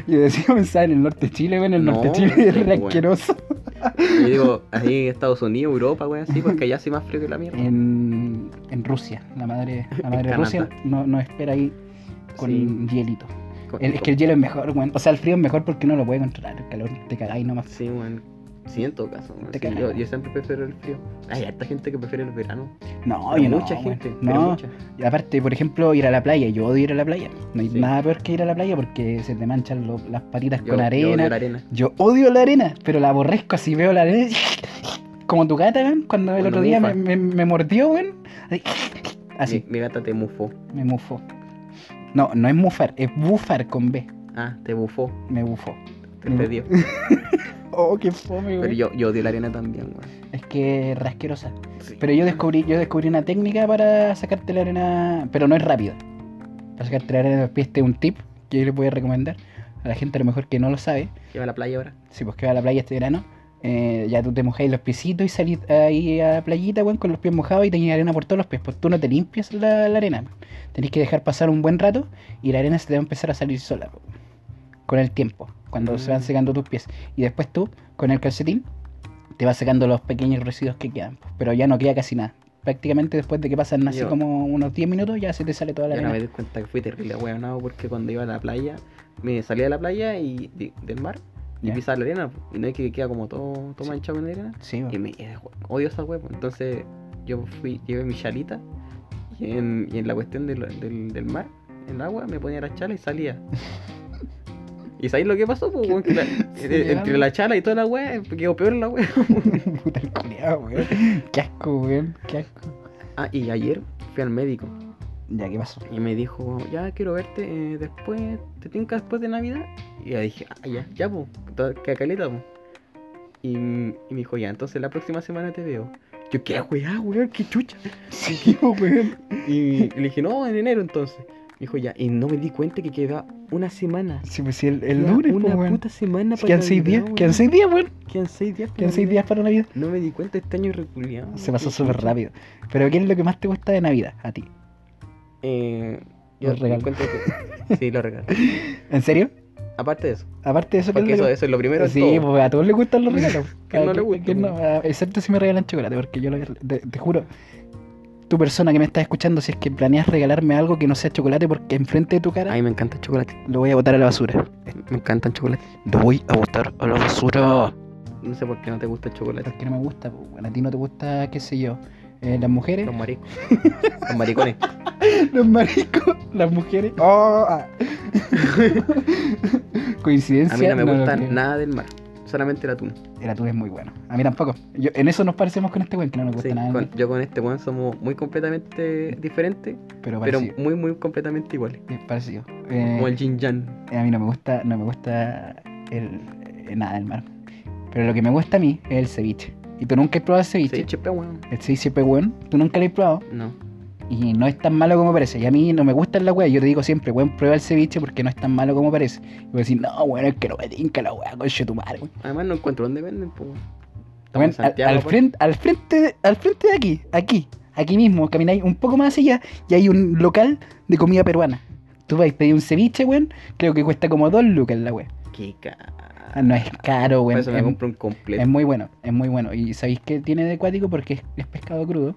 Speaker 1: Yo decía pensaba en el norte de Chile, güey, en el
Speaker 2: No,
Speaker 1: norte de Chile es
Speaker 2: sí,
Speaker 1: re
Speaker 2: bueno.
Speaker 1: asqueroso.
Speaker 2: Yo digo, ahí en Estados Unidos, Europa, weón, así, porque allá hace más frío que la mierda.
Speaker 1: En, en Rusia, la madre, la
Speaker 2: En
Speaker 1: madre de
Speaker 2: Canadá.
Speaker 1: Rusia no, no espera ahí con
Speaker 2: Sí.
Speaker 1: hielito.
Speaker 2: Con-
Speaker 1: El- es que el hielo es mejor, weón. O sea, el frío es mejor porque no lo puede controlar. El calor te cagáis nomás.
Speaker 2: Sí, weón. Sí, en todo caso. weón,
Speaker 1: Te
Speaker 2: sí,
Speaker 1: cagas.
Speaker 2: yo, yo siempre prefiero el frío. Hay harta gente que prefiere el verano.
Speaker 1: No,
Speaker 2: Pero
Speaker 1: yo no.
Speaker 2: mucha
Speaker 1: weón.
Speaker 2: gente. pero
Speaker 1: No,
Speaker 2: mucha.
Speaker 1: y aparte, por ejemplo, ir a la playa. Yo odio ir a la playa. No hay
Speaker 2: Sí.
Speaker 1: nada peor que ir a la playa porque se te manchan lo- las patitas
Speaker 2: Yo-
Speaker 1: con
Speaker 2: yo
Speaker 1: arena.
Speaker 2: odio la arena.
Speaker 1: Yo odio la arena, pero la aborrezco así, veo la arena. Como tu gata, weón, cuando el
Speaker 2: Cuando
Speaker 1: otro día me,
Speaker 2: mufa.
Speaker 1: me- me mordió, weón. Así. así,
Speaker 2: Mi, mi gata te mufó.
Speaker 1: me mufó. No, no es mufar, es bufar con B.
Speaker 2: Ah, te bufó.
Speaker 1: Me bufó.
Speaker 2: Te
Speaker 1: Mm.
Speaker 2: perdió.
Speaker 1: Oh, qué fome,
Speaker 2: Pero yo, yo odio la arena también, weón.
Speaker 1: Es que es rasquerosa.
Speaker 2: Sí.
Speaker 1: Pero yo descubrí, yo descubrí una técnica para sacarte la arena, pero no es rápida. Para sacarte la arena de los pies, este es un tip que yo le voy a recomendar a la gente a lo mejor que no lo sabe.
Speaker 2: Lleva a la playa ahora.
Speaker 1: Si vos que vas a la playa este verano, eh, ya tú te mojáis los piecitos y salís ahí a la playita, weón, con los pies mojados y tenés arena por todos los pies. Pues tú no te limpias la, la arena. Tenés que dejar pasar un buen rato y la arena se te va a empezar a salir sola po, con el tiempo, cuando se van
Speaker 2: Mm.
Speaker 1: secando tus pies. Y después tú, con el calcetín, te vas secando los pequeños residuos que quedan. pues, pero ya no queda casi nada. Prácticamente después de que pasan así
Speaker 2: Yo-
Speaker 1: como unos 10 minutos, ya se te sale toda la
Speaker 2: Yo no
Speaker 1: arena.
Speaker 2: me di cuenta que fui terrible, weón, no, porque cuando iba a la playa, me salía de la playa y de- del mar y
Speaker 1: Ya.
Speaker 2: pisaba la arena, po, y no es que queda como todo, todo manchado en arena.
Speaker 1: Sí,
Speaker 2: Y
Speaker 1: weón.
Speaker 2: me eh, odio esa huevo. Entonces yo fui, llevé mi chalita y en, y en la cuestión del, del, del mar, en el agua, me ponía la chala y salía. ¿Y sabéis lo que pasó? po, weón? Que la- eh, entre la chala y toda la wea, eh, quedó peor la wea.
Speaker 1: Puta el culiao, weón. Qué asco, weón. Qué asco.
Speaker 2: Ah, y ayer fui al médico.
Speaker 1: Ya, ¿qué pasó?
Speaker 2: Y me dijo, ya quiero verte eh, después, te tinca después de Navidad. Y yo dije, ah, ya, ya, pues, que caleta, po". Y, y me dijo, ya, entonces la próxima semana te veo. Yo, qué weá, weón, qué chucha.
Speaker 1: Sí, weón.
Speaker 2: Y le dije, no, en enero entonces. Me dijo, ya, y no me di cuenta que quedaba una semana.
Speaker 1: Sí, pues sí, el, el
Speaker 2: Queda
Speaker 1: lunes,
Speaker 2: una
Speaker 1: pues, weón.
Speaker 2: puta semana
Speaker 1: Sí, Quedan seis días, quedan seis días, weón.
Speaker 2: Quedan seis días. para
Speaker 1: Quedan seis
Speaker 2: Navidad.
Speaker 1: días para Navidad.
Speaker 2: No me di cuenta este año reculeado.
Speaker 1: Se pasó súper rápido. Pero ¿qué es lo que más te gusta de Navidad a ti?
Speaker 2: Eh,
Speaker 1: Los
Speaker 2: yo me di
Speaker 1: regalos.
Speaker 2: cuenta que... Sí, los regalos.
Speaker 1: ¿En serio?
Speaker 2: Aparte de eso.
Speaker 1: Aparte de eso, ¿qué es
Speaker 2: Porque
Speaker 1: lo
Speaker 2: eso,
Speaker 1: que-
Speaker 2: eso es lo primero. en
Speaker 1: Sí,
Speaker 2: todo.
Speaker 1: pues a todos les gustan los regalos.
Speaker 2: ¿Quién no pues.
Speaker 1: A-
Speaker 2: le gusta,
Speaker 1: ¿quién no? A- Excepto si me regalan chocolate, porque yo lo te, te juro. Tu persona que me estás escuchando, si es que planeas regalarme algo que no sea chocolate, porque enfrente de tu cara
Speaker 2: A mí me encanta el chocolate.
Speaker 1: lo voy a botar a la basura.
Speaker 2: Me encanta el chocolate.
Speaker 1: Lo voy a botar a la basura.
Speaker 2: No sé por qué no te gusta el chocolate.
Speaker 1: Porque no me gusta, pues, bueno, a ti no te gusta, qué sé yo, eh, las mujeres.
Speaker 2: Los maricos. Los maricones.
Speaker 1: Los maricos, las mujeres. Oh, ah. Coincidencia.
Speaker 2: A mí no me
Speaker 1: lo
Speaker 2: gusta
Speaker 1: creo.
Speaker 2: nada del mar. Solamente el atún.
Speaker 1: El atún es muy bueno. A mí tampoco. Yo- en eso nos parecemos con este güey, que no nos gusta
Speaker 2: Sí,
Speaker 1: nada.
Speaker 2: con- yo con este Juan somos muy completamente diferentes,
Speaker 1: pero
Speaker 2: pero
Speaker 1: parecido.
Speaker 2: muy, muy completamente iguales.
Speaker 1: eh, parecido. Eh,
Speaker 2: Como el Jin Jan.
Speaker 1: a mí no me gusta, no me gusta el, eh, nada del mar. Pero lo que me gusta a mí es el ceviche. Y tú nunca has probado el ceviche.
Speaker 2: Sí, chepe, weón.
Speaker 1: El ceviche pehueón, tú nunca lo has probado.
Speaker 2: No.
Speaker 1: Y no es tan malo como parece. Y a mí no me gustan las weas. Yo te digo siempre, weón, prueba el ceviche porque no es tan malo como parece. Y voy a decir, no, weón, es que no me tinca la wea, conche tu madre, weón.
Speaker 2: Además no encuentro dónde venden, po. weón. Estamos en
Speaker 1: Weón, al-
Speaker 2: Santiago, pues.
Speaker 1: al,
Speaker 2: weón.
Speaker 1: frente, al, frente de, al frente de aquí, aquí, aquí mismo, camináis un poco más allá y hay un local de comida peruana. Tú vais a pedir un ceviche, weón, creo que cuesta como dos lucas la wea.
Speaker 2: Qué caro.
Speaker 1: Ah, no es caro,
Speaker 2: Por
Speaker 1: weón.
Speaker 2: eso me
Speaker 1: es-
Speaker 2: compro un completo.
Speaker 1: Es muy bueno, es muy bueno. ¿Y sabéis qué tiene de acuático? Porque es, es pescado crudo.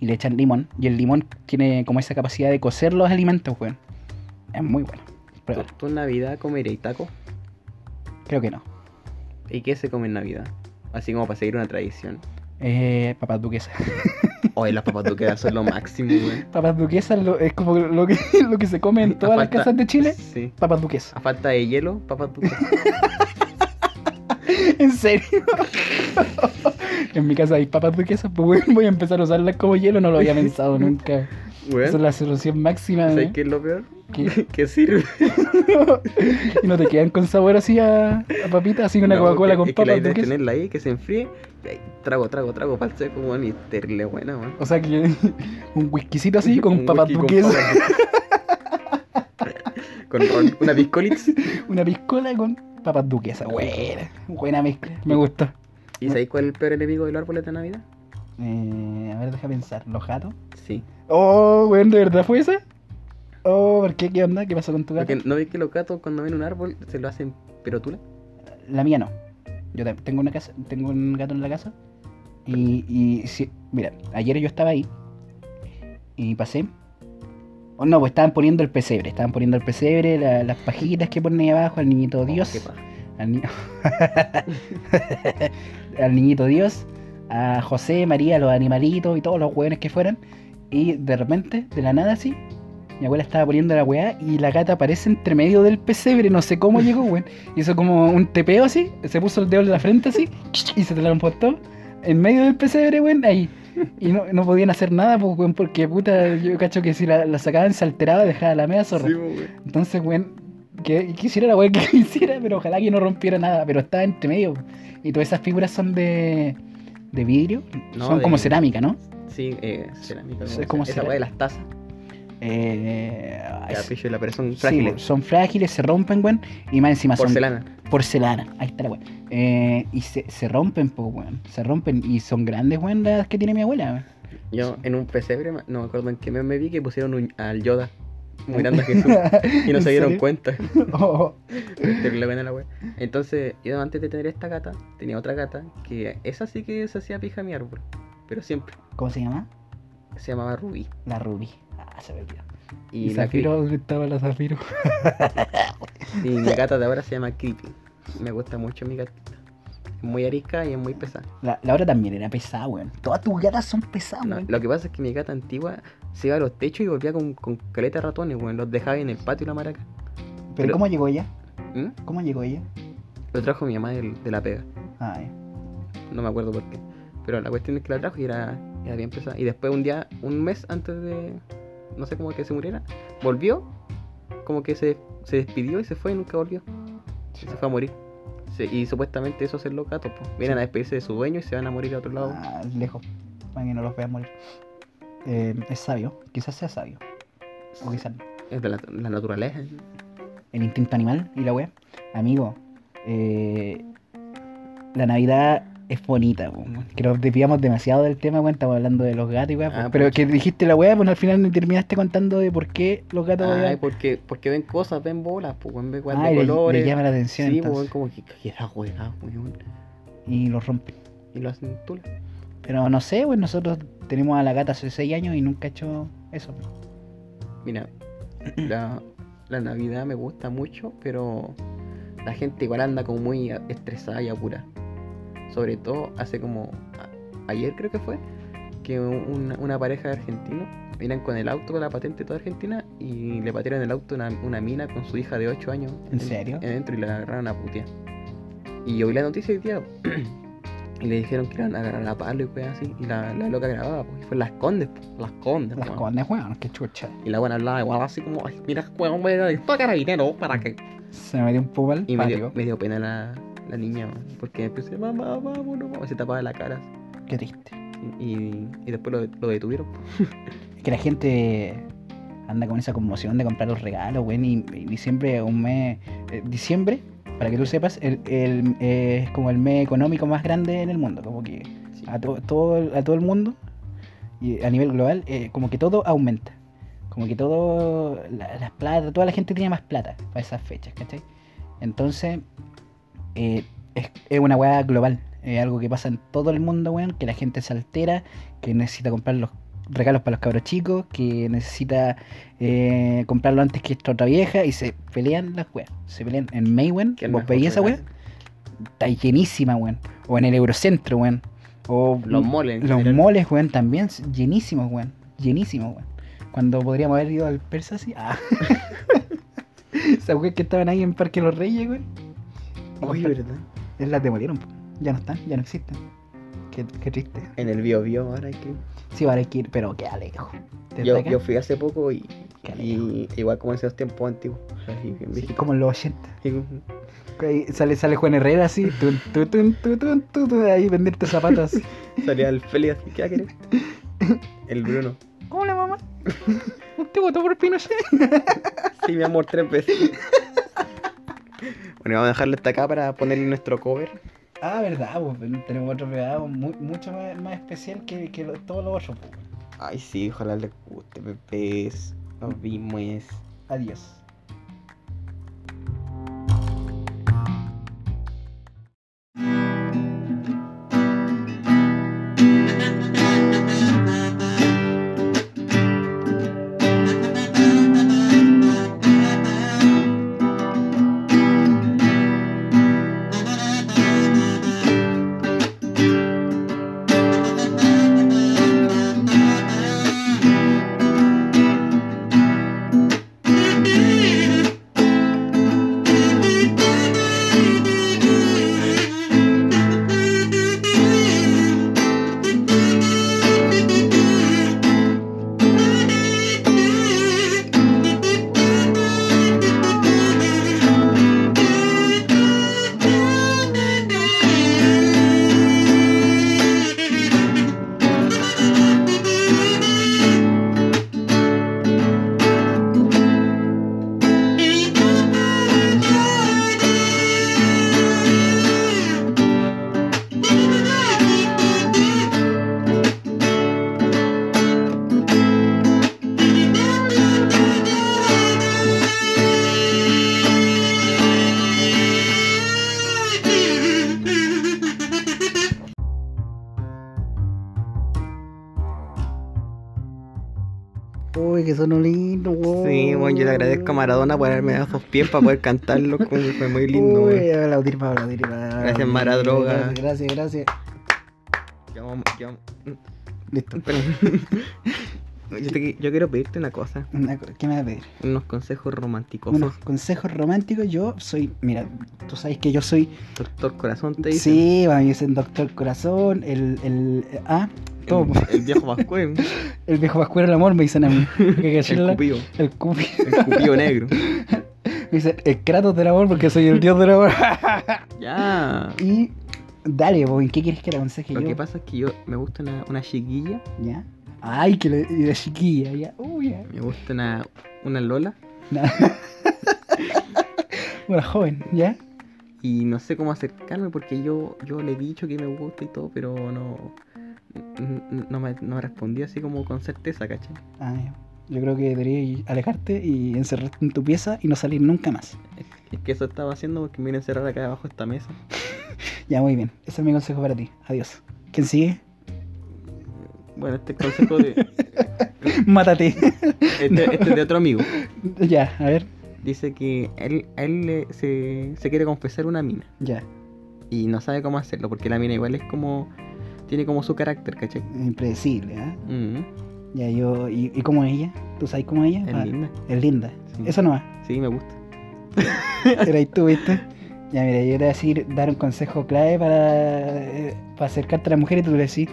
Speaker 1: Y le echan limón. Y el limón tiene como esa capacidad de cocer los alimentos, weón. Es muy bueno.
Speaker 2: ¿Tú,
Speaker 1: Pruébalo.
Speaker 2: tú en Navidad comeréis tacos?
Speaker 1: Creo que no.
Speaker 2: ¿Y qué se come en Navidad? Así como para seguir una tradición.
Speaker 1: Eh, papas duquesas.
Speaker 2: Hoy las papas duquedas son lo máximo, weón.
Speaker 1: Papas duquesas lo- es como lo que, lo que se come en
Speaker 2: A
Speaker 1: todas las
Speaker 2: falta-
Speaker 1: casas de Chile.
Speaker 2: Sí.
Speaker 1: Papas duquesas.
Speaker 2: A falta de hielo, papas duquedas.
Speaker 1: ¿En serio? en mi casa hay papas duquesas, pues weón, voy a empezar a usarlas como hielo. No lo había pensado nunca. Esa es
Speaker 2: Weón,
Speaker 1: la solución máxima. ¿eh?
Speaker 2: ¿sabes
Speaker 1: weón.
Speaker 2: qué es lo peor?
Speaker 1: ¿Qué?
Speaker 2: ¿Qué sirve?
Speaker 1: y no te quedan con sabor así a, a papita, así una
Speaker 2: No,
Speaker 1: Coca-Cola
Speaker 2: que-
Speaker 1: con
Speaker 2: es que la
Speaker 1: papas.
Speaker 2: idea es
Speaker 1: duquesas.
Speaker 2: tenerla ahí, que se enfríe. y ahí, trago, trago, trago, para el seco, weón, y terle buena, weón.
Speaker 1: O sea que un whiskycito así con
Speaker 2: Un
Speaker 1: papas
Speaker 2: whisky con
Speaker 1: duquesas,
Speaker 2: papas duquesas. Con ron, una biscolitz.
Speaker 1: una piscola con papas duquesas. Buena, buena mezcla, me gusta.
Speaker 2: ¿Y sabéis cuál es el peor enemigo de los árboles de Navidad?
Speaker 1: Eh, a ver, deja pensar, los gatos.
Speaker 2: Sí.
Speaker 1: Oh, weón, ¿de verdad fue esa? Oh, ¿por qué? ¿Qué onda? ¿Qué pasó con tu gato?
Speaker 2: Porque no veis que los gatos cuando ven un árbol se lo hacen perotula.
Speaker 1: Oh, La mía no. Yo tam- tengo una casa, tengo un gato en la casa. Y, y si- mira, ayer yo estaba ahí y pasé. Oh, no, pues estaban poniendo el pesebre, estaban poniendo el pesebre, la- las pajitas que ponen ahí abajo, al niñito Dios,
Speaker 2: Oh, qué paja.
Speaker 1: al, ni- al niñito Dios, a José, María, los animalitos y todos los hueones que fueran. Y de repente, de la nada así, mi abuela estaba poniendo la weá y la gata aparece entre medio del pesebre, no sé cómo llegó, weón. Hizo como un tepeo así, se puso el dedo en la frente así y se transportó en medio del pesebre, weón, ahí. Y no, no podían hacer nada, pues, weón, porque puta, yo cacho que si la, la sacaban se alteraba, dejaba la media zorra.
Speaker 2: Sí, pues, weón.
Speaker 1: Entonces, weón, que, quisiera la weá que hiciera, pero ojalá que no rompiera nada, pero estaba entre medio. Y todas esas figuras son de, de vidrio,
Speaker 2: No,
Speaker 1: son
Speaker 2: de-
Speaker 1: como cerámica, ¿no?
Speaker 2: Sí, eh, cerámica.
Speaker 1: Es
Speaker 2: ¿cómo se
Speaker 1: como
Speaker 2: llama? Esa
Speaker 1: cerá-
Speaker 2: weá de las tazas.
Speaker 1: Eh, ay,
Speaker 2: Ya, pillo, la pero son
Speaker 1: sí,
Speaker 2: frágiles.
Speaker 1: weón, son frágiles, se rompen, weón, y más encima son
Speaker 2: Porcelana.
Speaker 1: porcelana, ahí está la weón. Eh, y se, se rompen, pues, weón, se rompen, y son grandes, weón, las que tiene mi abuela, weón.
Speaker 2: Yo en un pesebre, ma- no me acuerdo en qué meme me vi que pusieron un- al Yoda mirando a Jesús y no
Speaker 1: ¿En
Speaker 2: se dieron
Speaker 1: serio?
Speaker 2: cuenta.
Speaker 1: Oh,
Speaker 2: Terrible buena la wea. Entonces, yo antes de tener esta gata, tenía otra gata que esa sí que se hacía pija a mi árbol, pero siempre
Speaker 1: oh. ¿Cómo se llama?
Speaker 2: se llamaba Ruby.
Speaker 1: La Ruby. Ah, se me olvidó.
Speaker 2: Y, la
Speaker 1: Zafiro? ¿Dónde estaba la Zafiro?
Speaker 2: Creepy. Y mi gata de ahora se llama Creepy. Me gusta mucho mi gatita. Es muy arisca y es muy pesada.
Speaker 1: La, la otra también era pesada, weón. Todas tus gatas son pesadas,
Speaker 2: No,
Speaker 1: weón.
Speaker 2: lo que pasa es que mi gata antigua se iba a los techos y volvía con, con caleta de ratones, weón. Los dejaba en el patio y la maraca.
Speaker 1: pero,
Speaker 2: pero-
Speaker 1: ¿cómo llegó ella?
Speaker 2: ¿Mm?
Speaker 1: ¿Cómo llegó ella?
Speaker 2: Lo trajo mi mamá del- de la pega.
Speaker 1: Ay.
Speaker 2: No me acuerdo por qué. Pero la cuestión es que la trajo y era, era bien pesada. Y después un día, un mes antes de, no sé cómo que se muriera, volvió, como que se, se despidió y se fue y nunca volvió. Se fue a morir. Se- y supuestamente eso hacen los gatos, pues. Vienen a despedirse de su dueño y se van a morir a otro lado.
Speaker 1: Ah, lejos. Para que no los veas morir. Eh, es sabio. Quizás sea sabio. O quizás no.
Speaker 2: Es de la, la naturaleza. ¿eh?
Speaker 1: El instinto animal y la wea. Amigo, eh, la Navidad es bonita, weón. Que nos desviamos demasiado del tema, weón. Estamos hablando de los gatos y weá.
Speaker 2: Mm. Ah,
Speaker 1: pero
Speaker 2: pucha.
Speaker 1: que dijiste la wea, pues al final me terminaste contando de por qué los gatos.
Speaker 2: Ay,
Speaker 1: odian-
Speaker 2: porque, porque ven cosas, ven bolas, pues, weón, ven weas
Speaker 1: Ah, y
Speaker 2: de
Speaker 1: Ah, le- le,
Speaker 2: colores.
Speaker 1: llama la atención.
Speaker 2: sí, pues,
Speaker 1: entonces.
Speaker 2: weón, como que, que era weá, weón.
Speaker 1: y los rompe.
Speaker 2: Y lo hacen tula.
Speaker 1: Pero no sé, pues nosotros tenemos a la gata hace 6 años y nunca ha hecho eso.
Speaker 2: Mira, la, la Navidad me gusta mucho, pero la gente igual anda como muy a- estresada y apurada. Sobre todo hace como a- ayer creo que fue, que un- una, una pareja de argentinos venían con el auto, con la patente toda argentina, y le patearon el auto a una, una mina con su hija de 8 años.
Speaker 1: ¿En serio?
Speaker 2: Adentro y la agarraron a putear. Y yo vi la noticia hoy día y le dijeron que iban a agarrar a palo y cosas así. Y la, la loca grababa, pues, y fue en las condes, pues, las condes.
Speaker 1: Las
Speaker 2: weón.
Speaker 1: condes, weón, qué chucha.
Speaker 2: Y la buena hablaba igual así como, "Ay, mira, weón, me esto carabinero, ¿para qué?
Speaker 1: Se me metió un poco al
Speaker 2: Y me dio,
Speaker 1: patio.
Speaker 2: me dio pena la, la niña, weón, porque empecé, mamá, vámonos, vamos", y se tapaba la cara. así.
Speaker 1: Qué triste.
Speaker 2: Y, y- y después lo, lo detuvieron. po.
Speaker 1: Es que la gente anda con esa conmoción de comprar los regalos, güey. Y, y diciembre es un mes. eh, diciembre, para que tú sepas, el, el, eh, es como el mes económico más grande en el mundo. Como que
Speaker 2: Sí.
Speaker 1: a, to- todo, el- a todo el mundo y a nivel global, eh, como que todo aumenta. Como que todo, la- las plata, toda la gente tiene más plata para esas fechas, ¿cachai? Entonces, eh, es, es una weá global, es algo que pasa en todo el mundo, weón, que la gente se altera, que necesita comprar los regalos para los cabros chicos, que necesita eh, comprarlo antes que esta otra vieja, y se pelean las weas, se pelean en Maywen,
Speaker 2: Que el
Speaker 1: vos
Speaker 2: mejor
Speaker 1: veis esa wea,
Speaker 2: regalo.
Speaker 1: está llenísima, weón. O en el Eurocentro, weón. O
Speaker 2: Los moles. en
Speaker 1: los
Speaker 2: general.
Speaker 1: moles, weón, también s- llenísimos, weón. Llenísimos, weón. Cuando podríamos haber ido al Persa así. Ah. Esas weas que estaban ahí en Parque Los Reyes, weón.
Speaker 2: Oye, ¿verdad?
Speaker 1: Es las demolieron, po. ya no están, ya no existen. Qué, qué triste.
Speaker 2: En el Bio Bio ahora hay que ir.
Speaker 1: Sí, vale, hay que ir, pero qué alejo. Desde
Speaker 2: Yo,
Speaker 1: acá,
Speaker 2: yo fui hace poco y,
Speaker 1: Qué
Speaker 2: y igual como en esos tiempos antiguos. Así, bien
Speaker 1: sí,
Speaker 2: viejito.
Speaker 1: como en los 80.
Speaker 2: Digo,
Speaker 1: Ahí sale, sale Juan Herrera así, tun, tu, tun, tu, tun, tu, tu, ahí vendiendo zapatos.
Speaker 2: Salía el Feli así, ¿qué va a querer? El Bruno.
Speaker 1: Hola, mamá. ¿Usted votó por Pinochet?
Speaker 2: Sí, mi amor, tres veces. Bueno, vamos a dejarle hasta acá para ponerle nuestro cover.
Speaker 1: Ah, verdad, pues, ven, tenemos otro pegado mu- mucho más, más especial que, que lo- todos los otros. pues.
Speaker 2: Ay, sí, ojalá le guste, bebés. Nos vimos.
Speaker 1: Adiós. Uy, que son lindo,
Speaker 2: Sí, bueno, yo le agradezco a Maradona por haberme dado esos pies para poder cantarlo. como que fue muy lindo.
Speaker 1: Uy,
Speaker 2: weón.
Speaker 1: aplaudir para aplaudir para.
Speaker 2: Gracias, Maradroga.
Speaker 1: Gracias, gracias.
Speaker 2: Yo, yo- mm,
Speaker 1: Listo.
Speaker 2: espera. Yo te- yo quiero pedirte una cosa.
Speaker 1: Una co- ¿Qué me vas a pedir?
Speaker 2: Unos consejos románticos.
Speaker 1: Unos consejos románticos. Yo soy. Mira, tú sabes que yo soy.
Speaker 2: Doctor Corazón te dice.
Speaker 1: Sí, va, me dicen Doctor Corazón, el. el ah, todo. po.
Speaker 2: El, el viejo Pascual.
Speaker 1: El viejo Pascuero del Amor me dicen a mí. Que
Speaker 2: el
Speaker 1: cacharla-
Speaker 2: cupido.
Speaker 1: El cupi.
Speaker 2: El cupido negro.
Speaker 1: Me dicen el Kratos del Amor porque soy el dios del amor.
Speaker 2: Ya.
Speaker 1: y. Dale, po, ¿en qué quieres que le aconseje
Speaker 2: Lo
Speaker 1: yo?
Speaker 2: que pasa es que yo me gusta una, una chiquilla,
Speaker 1: ¿Ya? Ay, que le- y la chiquilla, ya. Uy, ya.
Speaker 2: me gusta una, una Lola
Speaker 1: Una joven, ¿ya?
Speaker 2: y no sé cómo acercarme porque yo, yo le he dicho que me gusta y todo, pero no, n- no, me, no me respondió así como con certeza, ¿cachai?
Speaker 1: Ah, ya. yo creo que deberías alejarte y encerrarte en tu pieza y no salir nunca más.
Speaker 2: Es que eso estaba haciendo porque me viene a encerrar acá abajo esta mesa.
Speaker 1: Ya, muy bien. Ese es mi consejo para ti. Adiós. ¿Quién sigue?
Speaker 2: Bueno, este es consejo de,
Speaker 1: Mátate.
Speaker 2: este, este es de otro amigo.
Speaker 1: ya, a ver.
Speaker 2: Dice que él, a él le- se, se quiere confesar una mina.
Speaker 1: Ya.
Speaker 2: y no sabe cómo hacerlo, porque la mina igual es como. tiene como su carácter, ¿cachai?
Speaker 1: Impredecible, ¿ah?
Speaker 2: Mm,
Speaker 1: Ya, yo. ¿Y, y cómo es ella? ¿Tú sabes cómo es ella?
Speaker 2: es
Speaker 1: Ah,
Speaker 2: linda.
Speaker 1: Es linda.
Speaker 2: Sí.
Speaker 1: Eso no va.
Speaker 2: Sí, me gusta.
Speaker 1: Era ahí tú, ¿viste? Ya, mira, yo te voy a decir, dar un consejo clave para, eh, para acercarte a las mujeres y tú le decís,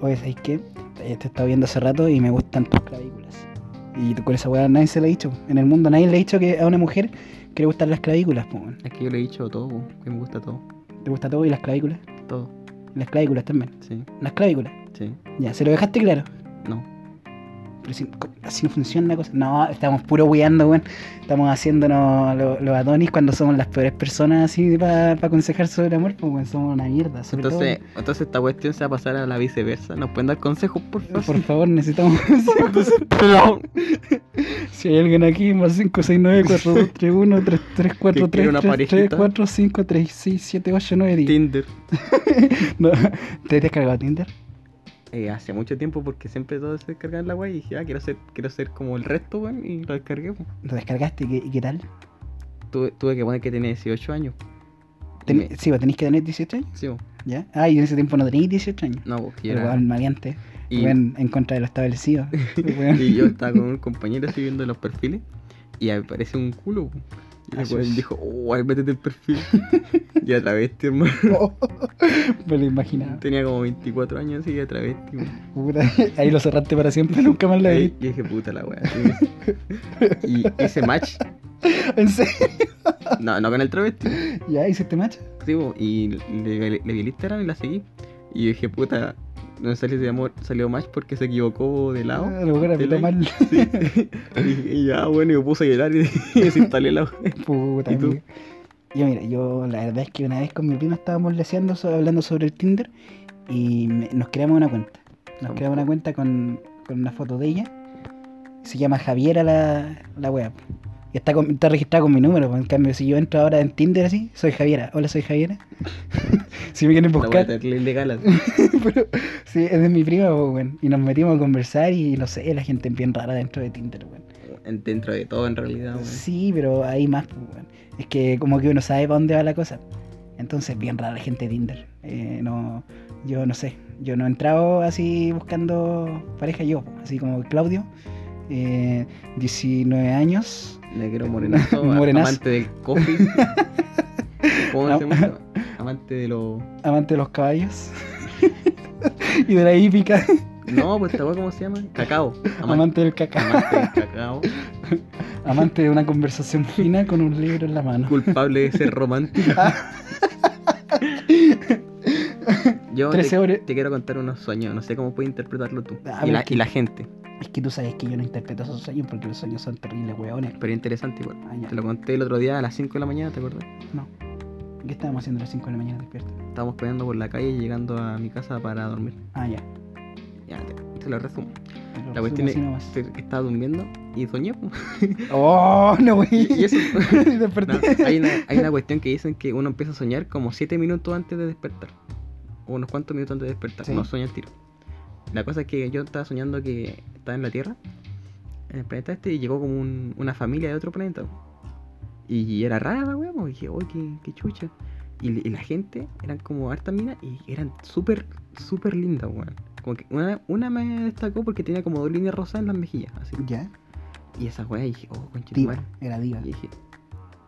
Speaker 1: oye, ¿sabes qué? Yo te he estado viendo hace rato y me gustan tus clavículas. Y tú con esa weá nadie se la ha dicho. En el mundo nadie le ha dicho que a una mujer que le gustan las clavículas, pues, weón.
Speaker 2: Es que yo le he dicho todo, po, que me gusta todo.
Speaker 1: ¿Te gusta todo y las clavículas?
Speaker 2: Todo.
Speaker 1: Las clavículas también.
Speaker 2: Sí,
Speaker 1: Las clavículas.
Speaker 2: sí.
Speaker 1: Ya, se lo dejaste claro.
Speaker 2: No.
Speaker 1: Pero si- co- así no funciona la cosa. No, estamos puro weando, weón. Estamos haciéndonos lo- los adonis cuando somos las peores personas así para aconsejar sobre el amor, pues weón, somos una mierda. Sobre todo-
Speaker 2: Entonces, entonces esta cuestión se va a pasar a la viceversa. ¿Nos pueden dar consejos, por favor?
Speaker 1: Por favor, necesitamos. Entonces,
Speaker 2: Perdón.
Speaker 1: si hay alguien aquí, más 5, 6, 9, 4, 2, 3, 1, 3, 3, 4,
Speaker 2: Que
Speaker 1: 3,
Speaker 2: quiere una
Speaker 1: 3, 3,
Speaker 2: parejita.
Speaker 1: 4, 5, 3, 6, 7, 8, 9, 10.
Speaker 2: Tinder.
Speaker 1: No, ¿Te has descargado Tinder?
Speaker 2: Eh, hace mucho tiempo porque siempre todo se descargaba en la web y dije, ah, quiero ser, quiero ser como el resto, weón, y lo descargué. po.
Speaker 1: ¿Lo descargaste? ¿Y qué, y qué tal?
Speaker 2: Tuve, tuve que poner que tenía 18 años.
Speaker 1: Ten-
Speaker 2: Me-
Speaker 1: Sí, vos tenés que tener 18 años.
Speaker 2: Sí, po.
Speaker 1: ¿Ya? Ah, y en ese tiempo no tenías 18 años.
Speaker 2: no, porque yo
Speaker 1: Pero
Speaker 2: era...
Speaker 1: weón, maleante.
Speaker 2: Y,
Speaker 1: Weón, en contra de lo establecido. Weón.
Speaker 2: y yo estaba con un compañero así viendo los perfiles y ahí aparece un culo. po. Y el
Speaker 1: Así
Speaker 2: weón
Speaker 1: es.
Speaker 2: dijo, oh, ahí métete el perfil. y a través, hermano.
Speaker 1: Me lo imaginaba.
Speaker 2: Tenía como 24 años y a través, weón.
Speaker 1: Puta, ahí lo cerraste para siempre, nunca más lo
Speaker 2: Y
Speaker 1: vi.
Speaker 2: yo dije, puta la weá. Y ese match,
Speaker 1: ¿En serio?
Speaker 2: no, no con el travesti.
Speaker 1: ¿Ya hiciste macho?
Speaker 2: Sí, bo, y le, le- le vi el Instagram y la seguí. Y dije, puta, no salió de amor, salió match porque se equivocó de lado.
Speaker 1: Ah, A lo mejor
Speaker 2: de
Speaker 1: apretó
Speaker 2: like.
Speaker 1: mal.
Speaker 2: Sí. y, y ya, bueno, y me puse a llorar y desinstalé la web.
Speaker 1: Puta,
Speaker 2: ¿Y tú?
Speaker 1: amigo. Yo, mira, yo la verdad es que una vez con mi prima estábamos leseando, so- hablando sobre el Tinder y me- nos creamos una cuenta. Nos
Speaker 2: Somos
Speaker 1: creamos una cuenta con, con una foto de ella. Se llama Javiera la, la wea. Y está, con- está registrada con mi número. pues, En cambio, si yo entro ahora en Tinder así, soy Javiera. Hola, soy Javiera. si me quieren
Speaker 2: La wea
Speaker 1: buscar.
Speaker 2: está ilegal. así.
Speaker 1: Pero, sí, es de mi prima, pues, weón. Y nos metimos a conversar y no sé, la gente es bien rara dentro de Tinder, weón.
Speaker 2: En- Dentro de todo, en realidad, weón.
Speaker 1: Sí, pero hay más, pues, weón. Es que como que uno sabe para dónde va la cosa. Entonces, bien rara la gente de Tinder. Eh, no, yo no sé. Yo no he entrado así buscando pareja yo, pues, así como Claudio. eh, 19 años.
Speaker 2: Negro morenazo,
Speaker 1: Morenazo.
Speaker 2: amante del coffee. ¿Cómo
Speaker 1: Am-
Speaker 2: se llama? Amante de los.
Speaker 1: Amante de los caballos. y de la hípica.
Speaker 2: No, pues esta wea, ¿cómo se llama? Cacao. Amante,
Speaker 1: Amante del cacao.
Speaker 2: amante del cacao.
Speaker 1: Amante de una conversación fina con un libro en la mano.
Speaker 2: Culpable de ser romántico. Yo te-
Speaker 1: 13 horas.
Speaker 2: Te quiero contar unos sueños, no sé cómo puedes interpretarlo tú.
Speaker 1: Ah,
Speaker 2: y,
Speaker 1: pero
Speaker 2: la,
Speaker 1: es que-
Speaker 2: y la gente.
Speaker 1: Es que tú sabes que yo no interpreto esos sueños porque los sueños son terribles, weones.
Speaker 2: Pero interesante igual.
Speaker 1: Ah, ya.
Speaker 2: Te lo conté el otro día a las 5 de la mañana, ¿te acuerdas?
Speaker 1: No. ¿Qué estábamos haciendo a las 5 de la mañana despierto?
Speaker 2: Estábamos peleando por la calle y llegando a mi casa para dormir.
Speaker 1: Ah, ya.
Speaker 2: Ya, te, te lo resumo.
Speaker 1: Pero
Speaker 2: La cuestión
Speaker 1: resumo así
Speaker 2: es
Speaker 1: nomás.
Speaker 2: que estaba durmiendo y soñé. po.
Speaker 1: ¡Oh, no, güey!
Speaker 2: Y, y eso.
Speaker 1: Desperté.
Speaker 2: No, hay, una, hay una cuestión que dicen que uno empieza a soñar como 7 minutos antes de despertar. O unos cuantos minutos antes de despertar.
Speaker 1: Sí.
Speaker 2: Uno sueña al tiro. La cosa es que yo estaba soñando que estaba en la Tierra, en el planeta este, y llegó como un- una familia de otro planeta. Y era rara la weá, pues, dije, uy, qué, qué chucha. Y, y la gente eran como harta mina y eran súper, súper lindas, weón. Como que una, una me destacó porque tenía como dos líneas rosas en las mejillas, así.
Speaker 1: Ya.
Speaker 2: Y esa weá dije, oh,
Speaker 1: Diva.
Speaker 2: conchetumare.
Speaker 1: Era diva.
Speaker 2: Y dije,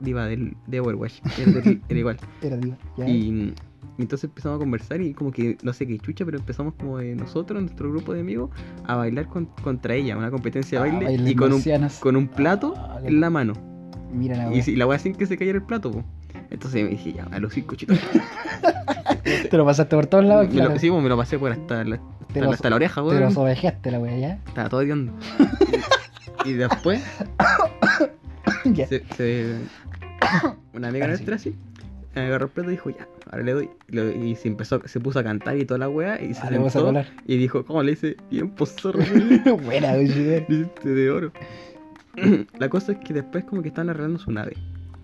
Speaker 2: diva del, de Overwatch, era, del- era igual.
Speaker 1: Era diva. Ya.
Speaker 2: Y, mm, entonces empezamos a conversar y como que, no sé qué chucha, pero empezamos como de nosotros, nuestro grupo de amigos, a bailar con- contra ella, una competencia de
Speaker 1: Ah,
Speaker 2: baile,
Speaker 1: bailes
Speaker 2: y con un,
Speaker 1: marcianos.
Speaker 2: con un plato
Speaker 1: Ah,
Speaker 2: en la mano.
Speaker 1: Mira la
Speaker 2: Y,
Speaker 1: wea.
Speaker 2: si- la weá sin que se cayera el plato, po. Entonces me dije, ya, a los cinco chuchos.
Speaker 1: Te lo pasaste por todos lados,
Speaker 2: me,
Speaker 1: claro.
Speaker 2: lo, sí, po, me lo pasé por hasta la,
Speaker 1: te,
Speaker 2: hasta,
Speaker 1: lo,
Speaker 2: la- hasta la oreja,
Speaker 1: te lo
Speaker 2: weón.
Speaker 1: sobejaste la wea, ¿ya?
Speaker 2: Estaba todo hediondo. y, y después
Speaker 1: ya.
Speaker 2: se- se- una amiga
Speaker 1: Ahora sí.
Speaker 2: nuestra así agarró el plato y dijo ya ahora le doy y, lo- y se empezó se puso a cantar y toda la wea y se
Speaker 1: Ah, le vamos a
Speaker 2: sentó
Speaker 1: colar.
Speaker 2: y dijo cómo le hice bien pozorro
Speaker 1: Buena, güey. sí.
Speaker 2: hiciste de oro la cosa es que después como que estaban arreglando su nave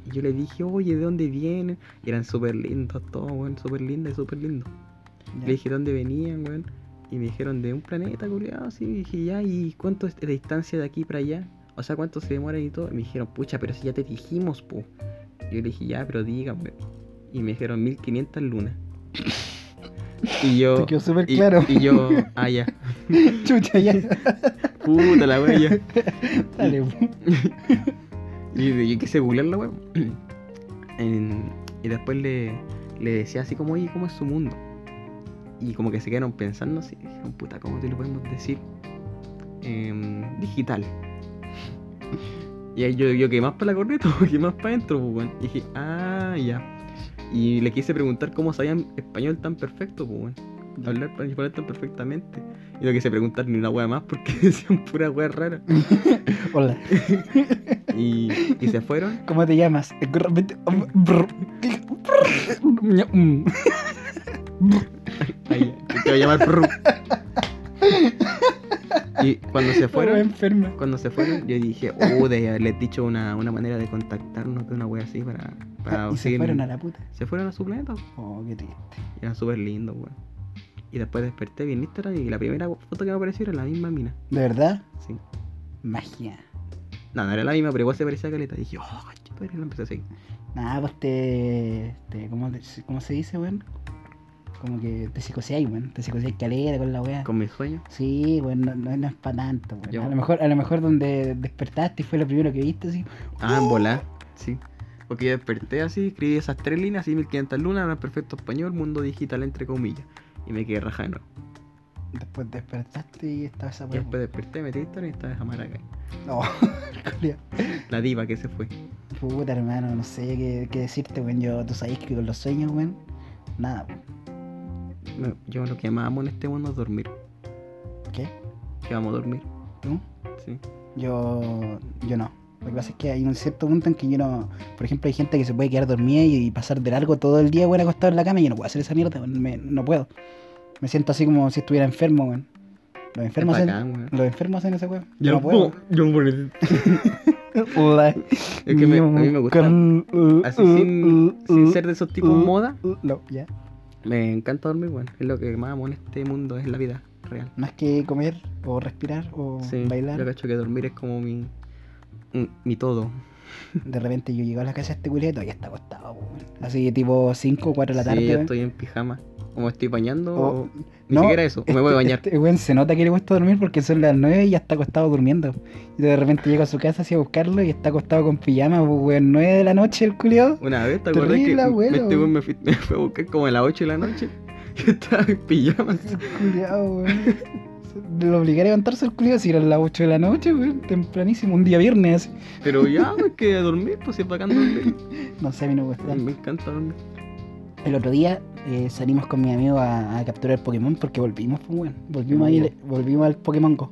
Speaker 2: y yo le dije oye de dónde vienen y eran súper lindos todos weón súper lindos y súper lindos
Speaker 1: Ya.
Speaker 2: le dije dónde venían weón y me dijeron de un planeta culiado así y dije ya y cuánto es de distancia de aquí para allá o sea, ¿cuánto se demora y todo? Y me dijeron, pucha, pero si ya te dijimos, po. Yo le dije, ya, pero dígame. Y me dijeron, 1500 lunas. Y
Speaker 1: Te
Speaker 2: yo.
Speaker 1: quedó súper
Speaker 2: Y,
Speaker 1: claro.
Speaker 2: y yo, ah, ya.
Speaker 1: Chucha, ya.
Speaker 2: Puta la wea, ya.
Speaker 1: Dale.
Speaker 2: Y de- yo quise googlear la wea. En- y después le, le decía así como, oye, ¿cómo es su mundo? Y como que se quedaron pensando así. Dijeron, puta, ¿cómo te lo podemos decir? Em, digital. Y ahí yo, yo quedé más para la corneta, quedé más para adentro, pues, weón. Y dije, ah, ya. Y le quise preguntar cómo sabían español tan perfecto, pues, weón. Hablar pa- español tan perfectamente. Y no quise preguntar ni una wea más porque decían pura wea rara.
Speaker 1: Hola,
Speaker 2: Y, y se fueron.
Speaker 1: ¿cómo te llamas? um,
Speaker 2: Ahí, te voy a llamar Prru. Y cuando se
Speaker 1: Fueron
Speaker 2: fueron,
Speaker 1: enferma.
Speaker 2: cuando se fueron, yo dije, oh, de haberles dicho una, una manera de contactarnos de una wea así para. para
Speaker 1: Y se
Speaker 2: seguir-
Speaker 1: fueron a la puta.
Speaker 2: se fueron a su planeta. po.
Speaker 1: Oh, qué triste.
Speaker 2: Y era súper lindo, weón. Y después desperté bien Instagram y la primera foto que me apareció era la misma mina.
Speaker 1: ¿De verdad?
Speaker 2: Sí.
Speaker 1: Magia.
Speaker 2: No, no era la misma, pero igual se parecía a Caleta. Y dije, oh, conchetumare, y la empecé a seguir.
Speaker 1: Nada, pues te. te- ¿cómo, te- cómo se dice, weón? Como que te psicoseáis, weón. Te psicoseáis calera con la weá.
Speaker 2: Con mis sueños.
Speaker 1: Sí, weón, no, no- no es para tanto, weón.
Speaker 2: Yo-
Speaker 1: A lo mejor, a lo mejor donde despertaste y fue lo primero que viste, así.
Speaker 2: Ah, en volar. Sí. Porque yo desperté así, escribí esas tres líneas, así 1500 lunas, era perfecto español, mundo digital, entre comillas. Y me quedé raja de nuevo.
Speaker 1: Después despertaste y estaba esa
Speaker 2: Y
Speaker 1: weá.
Speaker 2: después desperté, metí Instagram y estaba esa maraca.
Speaker 1: No, culiao.
Speaker 2: La diva que se fue.
Speaker 1: Puta, hermano, no sé qué, qué decirte, weón. Yo, tú sabés que con los sueños, weón, nada, weón.
Speaker 2: No, Yo lo que más amo en este mundo es dormir.
Speaker 1: ¿Qué?
Speaker 2: Que amo dormir.
Speaker 1: ¿Tú?
Speaker 2: Sí.
Speaker 1: Yo, yo no. Lo que pasa es que hay un cierto punto en que yo no. Por ejemplo, hay gente que se puede quedar dormida y, y pasar de largo todo el día, weón, acostado en la cama. Y yo no puedo hacer esa mierda, weón. Me- no puedo. Me siento así como si estuviera enfermo, weón. Los enfermos
Speaker 2: Es
Speaker 1: hacen.
Speaker 2: bacán, weón.
Speaker 1: Los enfermos hacen ese weón.
Speaker 2: Yo
Speaker 1: Yo no puedo.
Speaker 2: Yo no puedo.
Speaker 1: es
Speaker 2: Es que me- a mí me gusta. Así sin, sin ser de esos tipos
Speaker 1: uh,
Speaker 2: moda,
Speaker 1: No, ya.
Speaker 2: me encanta dormir, weón. Es lo que más amo en este mundo, es la vida real.
Speaker 1: Más que comer o respirar o
Speaker 2: Sí, Yo
Speaker 1: Oh, bailar.
Speaker 2: cacho que dormir es como mi. mi- Mi todo.
Speaker 1: De repente yo llego a la casa de este culiado y todavía está acostado, weón. Así tipo 5 o 4 de la tarde.
Speaker 2: Sí, yo
Speaker 1: weón.
Speaker 2: estoy en pijama. O me estoy bañando,
Speaker 1: O-
Speaker 2: o ni
Speaker 1: eh. Oh, no,
Speaker 2: siquiera eso. O me voy
Speaker 1: Este-
Speaker 2: a bañar.
Speaker 1: este weón se nota que le cuesta dormir porque son las 9 y ya está acostado durmiendo. Y de repente llego a su casa así a buscarlo y está acostado con pijama, pues, weón, 9 de la noche el culiao.
Speaker 2: Una vez, ¿te acuerdas
Speaker 1: Terrible,
Speaker 2: que
Speaker 1: abuelo.
Speaker 2: este weón me, fui- me fue a buscar como a las 8 de la noche? Yo estaba en pijama.
Speaker 1: Culiao, weón. Lo obligaré a levantarse el culiao si eran las 8 de la noche, weón, tempranísimo, un día viernes. así.
Speaker 2: Pero ya, me quedé a dormir, pues si es bacán dormir.
Speaker 1: No sé, a mí no me gusta tanto.
Speaker 2: Me encanta dormir.
Speaker 1: El otro día eh, salimos con mi amigo a, a capturar Pokémon porque volvimos, pues, weón. Volvimos, ahí, le- volvimos al Pokémon Go.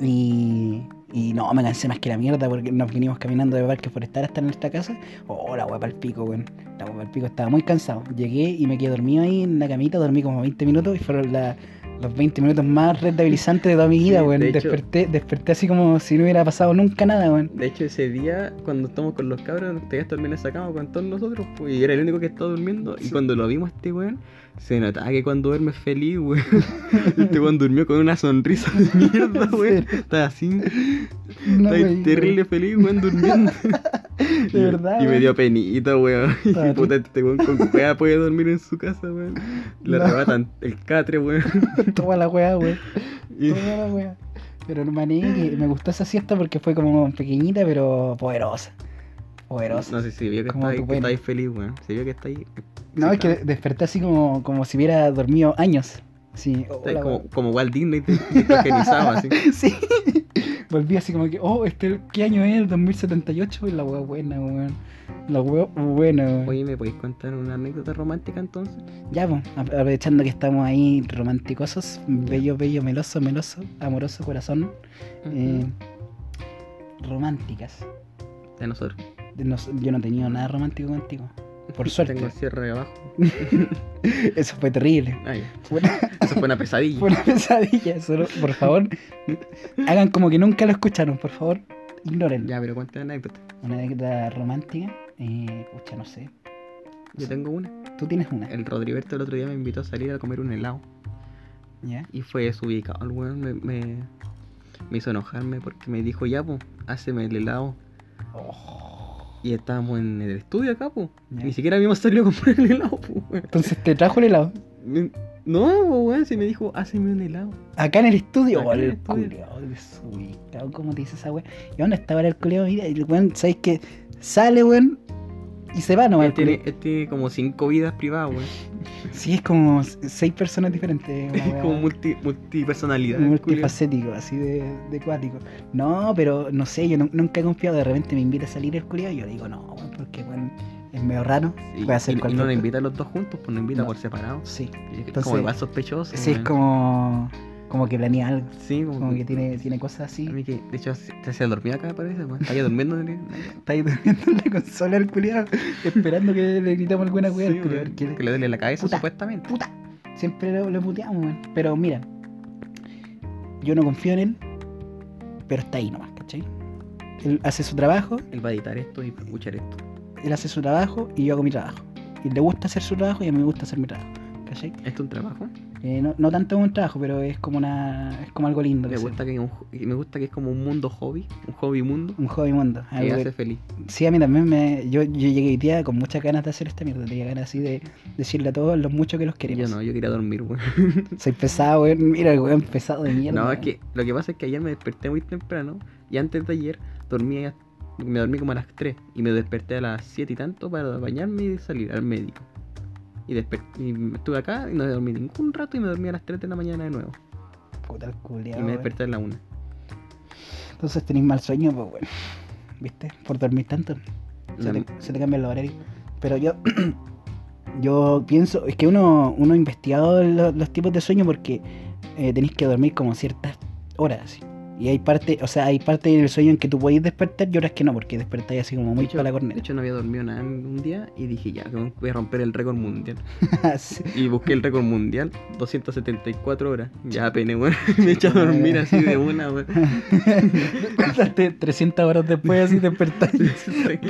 Speaker 1: Y, y no, me cansé más que la mierda porque nos vinimos caminando de Parque Forestal hasta nuestra casa. Oh, la guapa al pico, weón. La guapa al pico, estaba muy cansado. Llegué y me quedé dormido ahí en la camita, dormí como 20 minutos y fueron la- los 20 minutos más rentabilizantes de toda mi vida,
Speaker 2: Sí,
Speaker 1: weón.
Speaker 2: de hecho-
Speaker 1: desperté, desperté así como si no hubiera pasado nunca nada, weón.
Speaker 2: De hecho, ese día, cuando estamos con los cabros, te quedaste dormir en esa cama con todos nosotros, pues, y era el único que estaba durmiendo. Y
Speaker 1: Sí.
Speaker 2: cuando lo vimos, a este weón, se notaba que cuando duerme es feliz, weón. Este weón durmió con una sonrisa de mierda, weón. Estaba así,
Speaker 1: No,
Speaker 2: estaba
Speaker 1: weón.
Speaker 2: terrible feliz, weón, durmiendo.
Speaker 1: De
Speaker 2: Y-
Speaker 1: verdad,
Speaker 2: Y me
Speaker 1: weón.
Speaker 2: dio penita, weón.
Speaker 1: Ah,
Speaker 2: Y puta, este weón con cueva puede dormir en su casa, weón. Le
Speaker 1: No.
Speaker 2: arrebatan el catre, weón.
Speaker 1: Toma la weá, weón.
Speaker 2: Y-
Speaker 1: Toda la wea. Pero no maneje, me gustó esa siesta porque fue como pequeñita, pero poderosa. Poderosa.
Speaker 2: No sé si vio que
Speaker 1: Como tu
Speaker 2: estáis que
Speaker 1: pene.
Speaker 2: estáis feliz, weón. Se vio que estáis.
Speaker 1: No, es que desperté así como, como si hubiera dormido años. Sí,
Speaker 2: estáis
Speaker 1: hola,
Speaker 2: como, como Walt Disney te, te tokenizaba, así.
Speaker 1: wea. Sí. Volví así como que, oh, este, ¿qué año es? El 2078. La wea buena, weón. La wea buena, weón.
Speaker 2: Oye, ¿me podéis contar una anécdota romántica entonces?
Speaker 1: Ya, pues, apro- aprovechando que estamos ahí romanticosos, bello, bello, meloso, meloso, amoroso corazón. eh, románticas.
Speaker 2: De nosotros.
Speaker 1: No sé, yo no he tenido nada romántico contigo. Por suerte.
Speaker 2: Tengo el cierre de abajo.
Speaker 1: Eso fue terrible.
Speaker 2: Ah, ya.
Speaker 1: Fue una,
Speaker 2: Eso fue una pesadilla.
Speaker 1: fue una pesadilla. Solo, por favor, hagan como que nunca lo escucharon. Por favor, ignoren.
Speaker 2: Ya, pero cuenta la anécdota.
Speaker 1: Una anécdota romántica. Eh, pucha, no sé.
Speaker 2: Yo tengo una.
Speaker 1: Tú tienes una.
Speaker 2: El Rodriberto el otro día me invitó a salir a comer un helado.
Speaker 1: ¿Ya?
Speaker 2: Y fue desubicado. El weón me, me, me hizo enojarme porque me dijo, ya, po, háceme el helado. Y estábamos en el estudio acá, po.
Speaker 1: Ya.
Speaker 2: Ni siquiera habíamos salido a comprar el helado, po. weón.
Speaker 1: Entonces te trajo el helado.
Speaker 2: Me- No, po, weón, si me dijo, háceme un helado.
Speaker 1: Acá en el estudio.
Speaker 2: Acá en el
Speaker 1: el
Speaker 2: estudio.
Speaker 1: culiao desubicado. ¿Cómo te dice esa wea? ¿Y dónde estaba el culiao? Mira, el weón, ¿sabes qué? Sale, weón. Y se va nomás.
Speaker 2: Él
Speaker 1: el
Speaker 2: tiene,
Speaker 1: culiao.
Speaker 2: él tiene como cinco vidas privadas, weón.
Speaker 1: Sí, es como seis personas diferentes. una
Speaker 2: Es
Speaker 1: wea.
Speaker 2: como multi, multipersonalidad. el culiao.
Speaker 1: multifacético, así de, de cuático. No, pero no sé, yo nu- nunca he confiado. De repente me invita a salir el culiado y yo le digo, no, weón, porque weón, es medio raro.
Speaker 2: Y,
Speaker 1: puede hacer
Speaker 2: y- y
Speaker 1: cualquier
Speaker 2: no lo
Speaker 1: cosa.
Speaker 2: invita a los dos juntos, pues no invita
Speaker 1: No.
Speaker 2: por separado.
Speaker 1: Sí.
Speaker 2: Y es
Speaker 1: Entonces-
Speaker 2: como igual sospechoso.
Speaker 1: Sí, es
Speaker 2: weón.
Speaker 1: como, como que planea algo.
Speaker 2: Sí, como,
Speaker 1: Como que tiene, tiene cosas
Speaker 2: A
Speaker 1: así.
Speaker 2: mí que, de hecho, se se hacía dormir acá, parece, weón. Estaba durmiendo en el-
Speaker 1: Está ahí durmiendo en la consola el culiado, esperando que le gritamos alguna weá. al
Speaker 2: Sí,
Speaker 1: culiao,
Speaker 2: weón,
Speaker 1: que le-
Speaker 2: Que le duele la cabeza,
Speaker 1: Puta.
Speaker 2: supuestamente.
Speaker 1: puta. Siempre lo, lo puteamos, weón. Pero mira, yo no confío en él, pero está ahí nomás, ¿cachai? Él hace su trabajo,
Speaker 2: Él va a editar esto y escuchar esto.
Speaker 1: él hace su trabajo y yo hago mi trabajo. Y le gusta hacer su trabajo y a mí me gusta hacer mi trabajo, ¿cachai?
Speaker 2: ¿Esto es un trabajo?
Speaker 1: Eh, no, no tanto es un trabajo, pero es como una es como algo lindo. que
Speaker 2: Me
Speaker 1: hacer.
Speaker 2: gusta, que es un jo- y me gusta que es como un mundo hobby, un hobby mundo
Speaker 1: Un hobby mundo.
Speaker 2: que
Speaker 1: algo Ah, que-
Speaker 2: hace feliz.
Speaker 1: Sí, a mí también me... Yo, yo llegué hoy día con muchas ganas de hacer esta mierda. Tenía ganas así de decirle a todos los muchos que los
Speaker 2: Yo
Speaker 1: queremos.
Speaker 2: no, yo quería dormir, weón.
Speaker 1: Soy pesado, weón. Mira, el weón pesado de mierda.
Speaker 2: No, es que lo que pasa es que ayer me desperté muy temprano y antes de ayer dormí a- me dormí como a las 3 y me desperté a las 7 y tanto para bañarme y salir al médico. Y, desper- y me estuve acá y no dormí ningún rato y me dormí a las 3 de la mañana de nuevo.
Speaker 1: Puta el culiao,
Speaker 2: y
Speaker 1: weón.
Speaker 2: me desperté a la 1.
Speaker 1: Entonces tenéis mal sueño, pues bueno. ¿Viste? Por dormir tanto. Se te, se te cambian los horarios. Pero yo. yo pienso. Es que uno, uno ha investigado lo- los tipos de sueño porque eh, tenéis que dormir como ciertas horas. así. Y hay parte, o sea, hay parte del sueño en que tú podéis despertar y horas que no, porque despertáis así como muy para la
Speaker 2: De
Speaker 1: corneta.
Speaker 2: hecho no había dormido nada en un día y dije ya, que voy a romper el récord mundial.
Speaker 1: Sí.
Speaker 2: Y busqué el récord mundial, 274 horas. Ya pene, weón. Me he hecho a dormir así de una, weón.
Speaker 1: Despertaste 300 horas después así despertaste.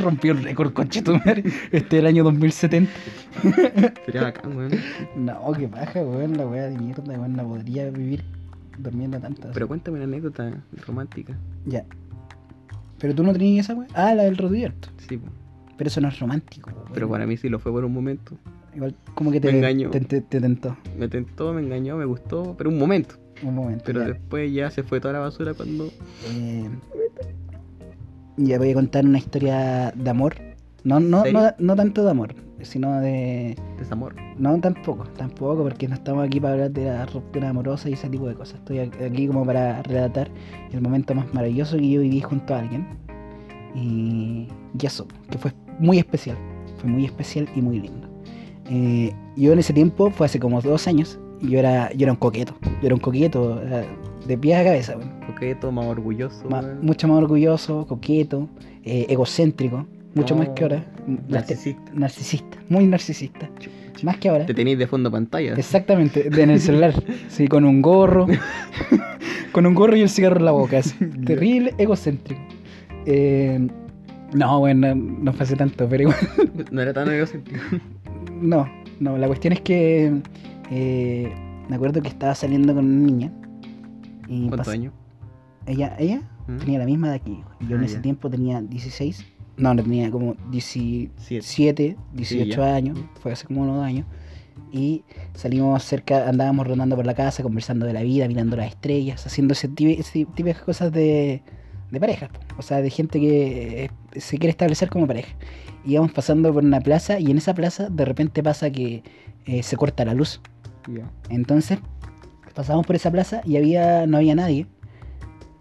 Speaker 1: Rompió el récord, coche tu madre. Este era el año 2070.
Speaker 2: Sería bacán, weón.
Speaker 1: No, qué paja, weón, la weá de mierda, weón, no podría vivir durmiendo tanto.
Speaker 2: Pero cuéntame una anécdota romántica.
Speaker 1: Ya. Pero tú no tenías esa weá. Ah, la del Rodierto.
Speaker 2: Sí, po.
Speaker 1: Pero eso no es romántico. weón.
Speaker 2: pero para mí sí lo fue por un momento.
Speaker 1: Igual, como que te,
Speaker 2: me engañó.
Speaker 1: te, te- te tentó
Speaker 2: Me tentó, me engañó, me gustó, pero un momento.
Speaker 1: un momento.
Speaker 2: Pero
Speaker 1: ya.
Speaker 2: después ya se fue toda la basura cuando.
Speaker 1: Eh, ya voy a contar una historia de amor. No, no,
Speaker 2: ¿Serio?
Speaker 1: no, no tanto de amor, sino de.
Speaker 2: Desamor.
Speaker 1: No, tampoco, tampoco, porque no estamos aquí para hablar de la ruptura amorosa y ese tipo de cosas. Estoy ac- aquí como para relatar el momento más maravilloso que yo viví junto a alguien. Y, y eso, que fue muy especial. Fue muy especial y muy lindo. Eh, yo en ese tiempo, fue hace como dos años, y yo era, yo era un coqueto. Yo era un coqueto, era de pies a cabeza, weón.
Speaker 2: Coqueto, más orgulloso.
Speaker 1: Ma-
Speaker 2: weón.
Speaker 1: mucho más orgulloso, coqueto, eh, egocéntrico, mucho más
Speaker 2: No,
Speaker 1: que ahora.
Speaker 2: Narcisista.
Speaker 1: Narcisista, muy narcisista. Más que ahora.
Speaker 2: Te tenéis de fondo pantalla.
Speaker 1: Exactamente, de- en el celular. Sí, con un gorro. con un gorro y el cigarro en la boca. así. Terrible, egocéntrico. Eh, no, bueno, no pasé tanto, pero igual.
Speaker 2: No era tan egocéntrico.
Speaker 1: No, no, la cuestión es que eh, me acuerdo que estaba saliendo con una niña. Y
Speaker 2: ¿Cuántos
Speaker 1: pas-
Speaker 2: años?
Speaker 1: Ella, ella
Speaker 2: ¿Mm?
Speaker 1: tenía la misma de aquí. Y yo en
Speaker 2: Ah,
Speaker 1: ese
Speaker 2: ya.
Speaker 1: tiempo tenía 16. No, no tenía como 17.
Speaker 2: Siete.
Speaker 1: 7, 18
Speaker 2: ya.
Speaker 1: años, fue hace como unos años, y salimos cerca, andábamos rondando por la casa, conversando de la vida, mirando las estrellas, haciendo ese tipi- ese típicas cosas de, de parejas, po. o sea, de gente que eh, se quiere establecer como pareja. Íbamos pasando por una plaza y en esa plaza de repente pasa que eh, se corta la luz.
Speaker 2: Ya.
Speaker 1: Entonces, pasamos por esa plaza y había, no había nadie,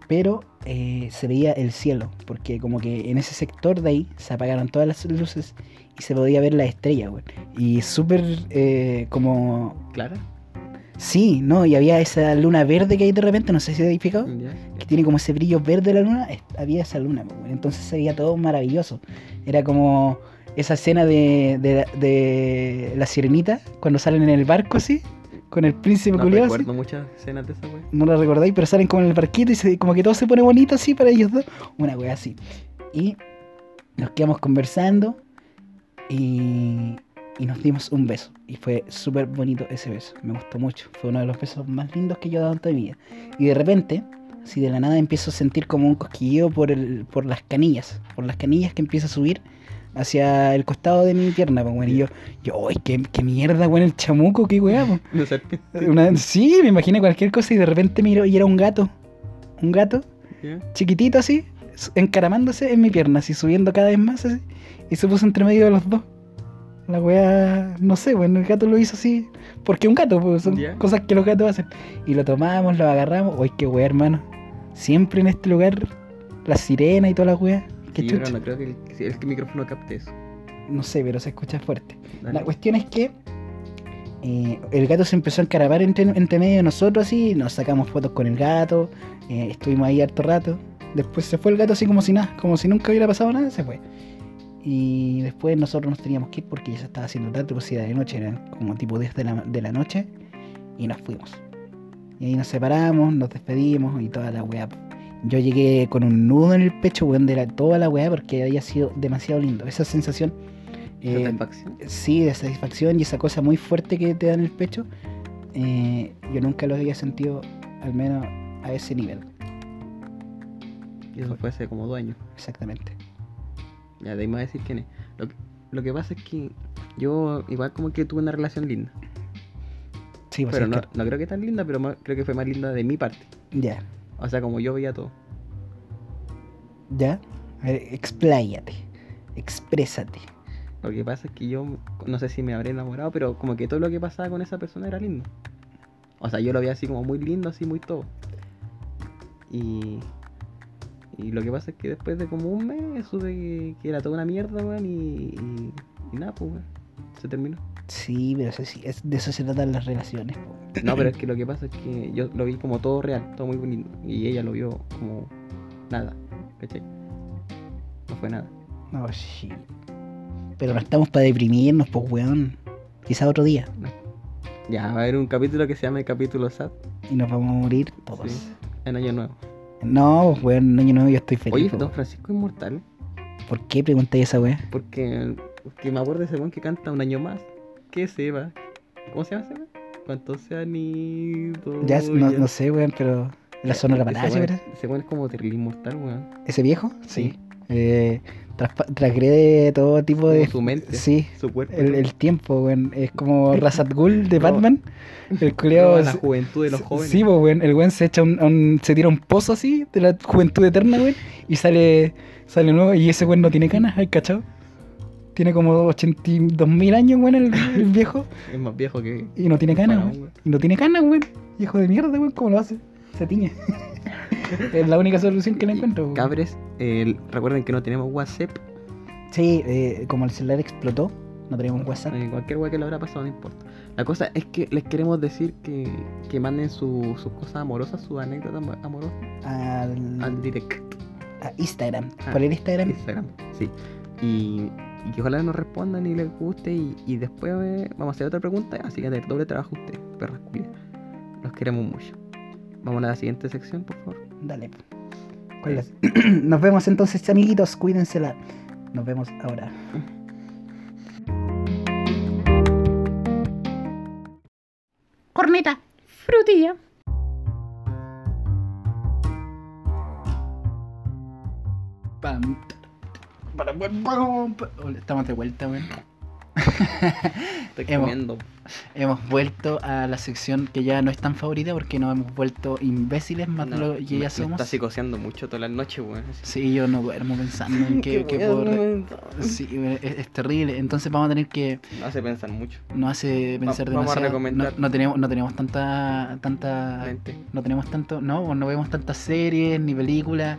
Speaker 1: pero eh, se veía el cielo, porque como que en ese sector de ahí se apagaron todas las luces y se podía ver la estrella, güey. Y súper eh, como...
Speaker 2: ¿Clara?
Speaker 1: Sí, ¿no? Y había esa luna verde que hay de repente, no sé si te habéis fijado,
Speaker 2: Ya.
Speaker 1: que tiene como ese brillo verde de la luna, es- había esa luna, pues, güey. entonces se veía todo maravilloso. Era como esa escena de, de, de la sirenita, cuando salen en el barco, así, con el príncipe
Speaker 2: No
Speaker 1: culiao, así
Speaker 2: recuerdo muchas escenas de esa weón.
Speaker 1: no la recordáis, pero salen como en el barquito y se- como que todo se pone bonito así para ellos dos. Una wea así. Y nos quedamos conversando y, y nos dimos un beso. Y fue súper bonito ese beso. Me gustó mucho. Fue uno de los besos más lindos que yo he dado en toda mi vida. Y de repente, si de la nada empiezo a sentir como un cosquilleo por, el, por las canillas. Por las canillas que empieza a subir hacia el costado de mi pierna. Pues, bueno, y yo, yo, ¡ay, qué, qué mierda, weón! el chamuco, qué weá, pues". po".
Speaker 2: No serpiente.
Speaker 1: Una- sí, me imaginé cualquier cosa y de repente miro y era un gato. Un gato
Speaker 2: Ya.
Speaker 1: chiquitito así, s- encaramándose en mi pierna, así subiendo cada vez más así. Y se puso entre medio de los dos. La wea, no sé, bueno, el gato lo hizo así. Porque un gato, pues, son
Speaker 2: Ya.
Speaker 1: cosas que los gatos hacen. Y lo tomamos, lo agarramos. Uy, qué wea, hermano. Siempre en este lugar, la sirena y toda la wea. Qué
Speaker 2: Sí, yo
Speaker 1: chucha.
Speaker 2: no, no creo que el, que el micrófono capte eso.
Speaker 1: No sé, pero se escucha fuerte.
Speaker 2: Dale.
Speaker 1: La cuestión es que eh, el gato se empezó a encaramar entre, entre medio de nosotros así, nos sacamos fotos con el gato, eh, estuvimos ahí harto rato. Después se fue el gato así como si nada, como si nunca hubiera pasado nada, se fue. Y después nosotros nos teníamos que ir porque ya se estaba haciendo tarde, pues era de noche, eran como tipo 10 de la, de la noche, y nos fuimos. Y ahí nos separamos, nos despedimos y toda la weá. Yo llegué con un nudo en el pecho, weón, de la, toda la weá, porque había sido demasiado lindo. Esa sensación. eh,
Speaker 2: Satisfacción.
Speaker 1: sí, de satisfacción y esa cosa muy fuerte que te da en el pecho, eh, yo nunca lo había sentido, al menos a ese nivel,
Speaker 2: Y eso fue hace como dos años.
Speaker 1: exactamente.
Speaker 2: Ya, de ahí me va a decir quién es. Lo que, lo que pasa es que yo igual como que tuve una relación linda.
Speaker 1: Sí, pues
Speaker 2: Pero
Speaker 1: es
Speaker 2: no,
Speaker 1: que-
Speaker 2: no creo que tan linda, pero más- creo que fue más linda de mi parte.
Speaker 1: Ya,
Speaker 2: O sea, como yo veía todo.
Speaker 1: ya. A ver, expláyate, exprésate.
Speaker 2: Lo que pasa es que yo no sé si me habré enamorado, pero como que todo lo que pasaba con esa persona era lindo. O sea, yo lo veía así como muy lindo, así muy todo. Y, y lo que pasa es que después de como un mes supe que, que era toda una mierda, weón, y, y, y nada, pues, weón. Se terminó.
Speaker 1: Sí, pero eso sí, es, de eso se tratan las relaciones. po.
Speaker 2: No, pero es que lo que pasa es que yo lo vi como todo real, todo muy bonito. Y ella lo vio como nada, ¿cachai? No fue nada.
Speaker 1: No, sí. Pero no estamos para deprimirnos, pues, weón. Quizá otro día.
Speaker 2: Ya va a haber un capítulo que se llama el capítulo SAT
Speaker 1: Y nos vamos a morir todos.
Speaker 2: Sí. en Año Nuevo.
Speaker 1: No, pues, weón, no, yo no, yo estoy feliz.
Speaker 2: Oye,
Speaker 1: po,
Speaker 2: Don
Speaker 1: weón.
Speaker 2: Francisco es mortal.
Speaker 1: ¿Por qué preguntáis esa weá?
Speaker 2: Porque, porque me acuerdo de ese weón que canta un año más. Que se va. ¿Cómo se llama ese weón? Cuánto se han ido.
Speaker 1: Ya, no,
Speaker 2: ya- Eh,
Speaker 1: no sé, weón, pero. La zona de la
Speaker 2: Ese
Speaker 1: palacio,
Speaker 2: weón-
Speaker 1: ¿verdad?
Speaker 2: Ese weón es como terrible inmortal, weón.
Speaker 1: ¿Ese viejo?
Speaker 2: Sí.
Speaker 1: Eh, traspa- transgrede todo tipo
Speaker 2: Como
Speaker 1: de.
Speaker 2: su mente,
Speaker 1: Pues, Sí.
Speaker 2: su cuerpo.
Speaker 1: El, el tiempo, weón. Es como Razat Ghul de
Speaker 2: Roba-
Speaker 1: Batman. El culeo.
Speaker 2: Toda la juventud de los jóvenes.
Speaker 1: Sí, pues, weón. El weón se echa un, un- se tira un pozo así de la juventud eterna, weón. Y sale. Sale nuevo. Y ese weón no tiene canas, ¿hay cachado? Tiene como 82 mil años, weón, el, el viejo.
Speaker 2: Es más viejo que.
Speaker 1: Y no tiene
Speaker 2: Un
Speaker 1: canas,
Speaker 2: faraón,
Speaker 1: weón.
Speaker 2: weón.
Speaker 1: Y no tiene canas, weón. Hijo de mierda, weón. ¿Cómo lo hace? Se tiñe. es la única solución que le
Speaker 2: Y
Speaker 1: encuentro, weón.
Speaker 2: Cabres, eh, recuerden que no tenemos WhatsApp.
Speaker 1: Sí, eh, como el celular explotó, no teníamos WhatsApp.
Speaker 2: eh, cualquier weá que le habrá pasado, no importa. La cosa es que les queremos decir que, que manden su- sus cosas amorosas, sus anécdotas amo- amorosas
Speaker 1: Al,
Speaker 2: al direct
Speaker 1: a Instagram.
Speaker 2: Ah,
Speaker 1: Por el Instagram.
Speaker 2: Instagram. Sí. Y, y que ojalá nos respondan y les guste. Y, y después eh, vamos a hacer otra pregunta. Así que de doble trabajo a ustedes, perras culias. Los queremos mucho. Vamos a la siguiente sección, por favor.
Speaker 1: Dale. Con las- Nos vemos entonces, amiguitos. Cuídensela. Nos vemos ahora.
Speaker 3: corneta, frutilla.
Speaker 1: Pam, para, pam, pam, pa- Hola, Estamos de vuelta, weón.
Speaker 2: Estoy
Speaker 1: Emo.
Speaker 2: comiendo.
Speaker 1: Hemos vuelto a la sección que ya no es tan favorita porque nos hemos vuelto imbéciles más de lo
Speaker 2: No,
Speaker 1: que
Speaker 2: me-
Speaker 1: ya
Speaker 2: me
Speaker 1: somos.
Speaker 2: está psicoseando mucho toda la noche, weón.
Speaker 1: Sí, yo no duermo pensando en que, que puedo re- Sí, weón, es- es terrible. Entonces vamos a tener que
Speaker 2: No hace pensar mucho.
Speaker 1: no hace pensar
Speaker 2: vamos a
Speaker 1: demasiado.
Speaker 2: recomendar.
Speaker 1: No, no tenemos, no tenemos tanta, tanta,
Speaker 2: Mente.
Speaker 1: no tenemos tanto, no, no vemos tantas series ni películas.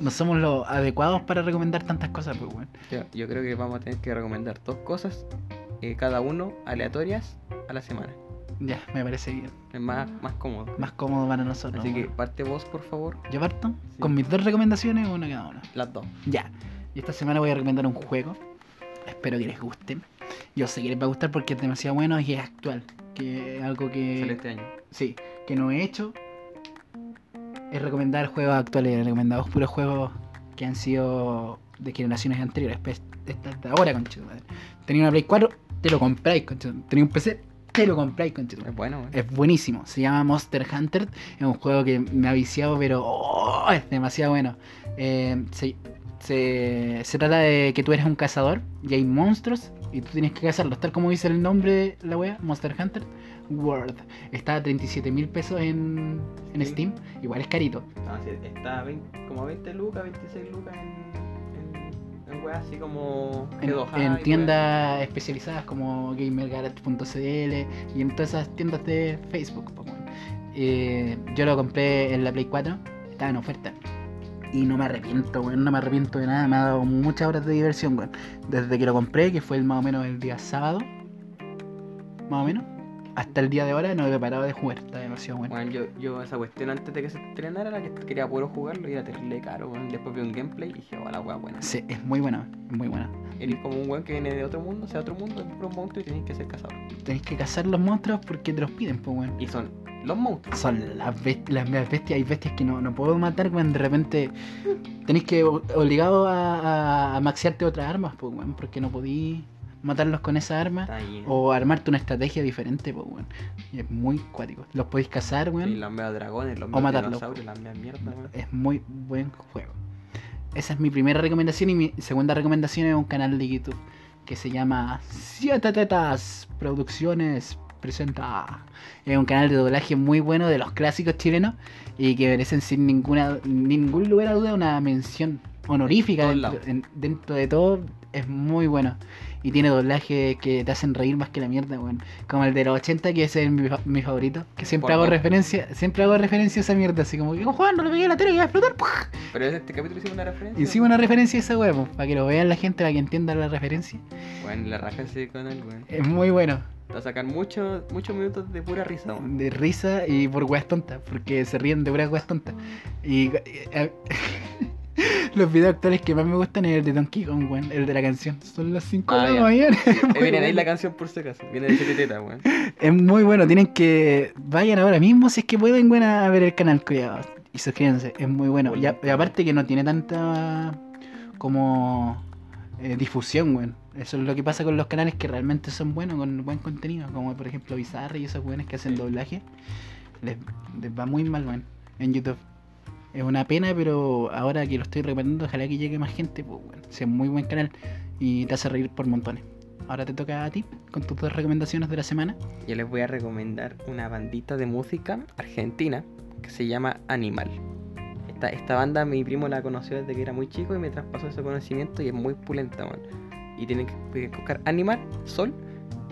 Speaker 1: No somos los adecuados para recomendar tantas cosas, pues, weón.
Speaker 2: Yo, yo creo que vamos a tener que recomendar dos cosas, eh, cada uno aleatorias a la semana.
Speaker 1: Ya, me parece bien.
Speaker 2: Es más, más cómodo.
Speaker 1: Más cómodo para nosotros.
Speaker 2: Así que
Speaker 1: weón.
Speaker 2: parte vos, por favor,
Speaker 1: yo parto
Speaker 2: Sí.
Speaker 1: con mis dos recomendaciones, una cada uno.
Speaker 2: las dos.
Speaker 1: Ya. Y esta semana voy a recomendar un juego. Espero que les guste. Yo sé que les va a gustar porque es demasiado bueno y es actual. Que es algo que.
Speaker 2: Sale este año.
Speaker 1: Sí, que no he hecho es recomendar juegos actuales, recomendados puros juegos que han sido de generaciones anteriores. pues, Esta es de ahora, conchito madre. Tenía una Play 4, te lo compráis, conchito. Tenía un PC, te lo compráis, conchito.
Speaker 2: Es bueno, weón.
Speaker 1: Es buenísimo, se llama Monster Hunter. Es un juego que me ha viciado, pero oh, es demasiado bueno. Eh, se, se- se trata de que tú eres un cazador y hay monstruos y tú tienes que cazarlos, tal como dice el nombre de la wea, Monster Hunter World. Está a 37 mil pesos en, en
Speaker 2: Sí.
Speaker 1: Steam, igual es carito.
Speaker 2: No, Ah, sí, está a 20 como 20 lucas, 26 lucas en, en, en weas así como
Speaker 1: En,
Speaker 2: G2A y
Speaker 1: en
Speaker 2: weas.
Speaker 1: tiendas especializadas como gamergarage.cl y en todas esas tiendas de Facebook. po, weón. Eh, yo lo compré en la Play 4, estaba en oferta. Y no me arrepiento, weón, no me arrepiento de nada. Me ha dado muchas horas de diversión, weón. Desde que lo compré, que fue el más o menos el día sábado, más o menos, hasta el día de ahora no he parado de jugar. Está demasiado bueno.
Speaker 2: Bueno, yo, yo esa cuestión antes de que se estrenara era que quería puro jugarlo y era terrible caro, weón. Después vi un gameplay y dije, oh, la weá buena.
Speaker 1: Sí, es muy bueno, es muy bueno.
Speaker 2: Eres como un weón que viene de otro mundo, o sea, otro mundo, es un monstruo y tenés que ser cazador.
Speaker 1: Tenéis que cazar los monstruos porque te los piden, pues, weón.
Speaker 2: Y son los monstruos.
Speaker 1: Son las bestias, las meras bestias, hay bestias que no, no puedo matar, weón, de repente tenéis que o- obligado a, a- a maxearte otras armas, pues, weón, porque no podí matarlos con esa arma
Speaker 2: Está ahí.
Speaker 1: o armarte una estrategia diferente, pues, weón. Y es muy cuático. Los podéis cazar,
Speaker 2: Y
Speaker 1: weón.
Speaker 2: los meos dragones, los
Speaker 1: O
Speaker 2: meos
Speaker 1: matarlo.
Speaker 2: dinosaurios, las meas mierdas, weón.
Speaker 1: Es muy buen juego. Esa es mi primera recomendación y mi segunda recomendación es un canal de YouTube que se llama Siete Tetas Producciones presenta. Es un canal de doblaje muy bueno de los clásicos chilenos y que merecen sin ninguna ningún lugar a duda una mención honorífica
Speaker 2: En todos
Speaker 1: dentro, en- dentro de todo. Es muy bueno. Y tiene doblajes que te hacen reír más que la mierda, weón. Como el de los 80, que ese es mi, fa- mi favorito. Que siempre
Speaker 2: Por
Speaker 1: hago
Speaker 2: dos.
Speaker 1: referencia, siempre hago referencia a esa mierda, así como que "Oh, Juan, no lo pegué a la tele, que va a explotar. ¡pah!
Speaker 2: Pero en este capítulo hicimos una referencia.
Speaker 1: Y Hicimos una referencia a esa weón, para que lo vean la gente, para que entiendan la referencia.
Speaker 2: Bueno, la raja ese canal, weón.
Speaker 1: Es muy bueno.
Speaker 2: Te Va a sacar muchos muchos minutos de pura risa, weón.
Speaker 1: De risa y por weas tontas, porque se ríen de puras weas tontas. Y eh, los videos actuales que más me gustan es el de Donkey Kong, weón, el de la canción. Son las 5
Speaker 2: Ah,
Speaker 1: de la
Speaker 2: ya.
Speaker 1: mañana.
Speaker 2: Eh, viene de ahí la canción por si acaso. Viene de Siete Tetas, weón.
Speaker 1: Es muy bueno, tienen que. Vayan ahora mismo si es que pueden, weón, a ver el canal, cuidado. Y suscríbanse, es muy bueno. Y, a- y aparte que no tiene tanta. como. eh, difusión, weón. Eso es lo que pasa con los canales que realmente son buenos, con buen contenido. Como por ejemplo Bizarre y esos weones que hacen
Speaker 2: Sí.
Speaker 1: doblaje. Les, les va muy mal, weón, en YouTube. Es una pena, pero ahora que lo estoy recomendando, ojalá que llegue más gente, pues, weón. Si es muy buen canal y te hace reír por montones. Ahora te toca a ti con tus dos recomendaciones de la semana.
Speaker 2: Yo les voy a recomendar una bandita de música argentina que se llama Animal. Esta, esta banda mi primo la conoció desde que era muy chico y me traspasó ese conocimiento y es muy pulenta, man. Y tienen que que buscar Animal, Sol.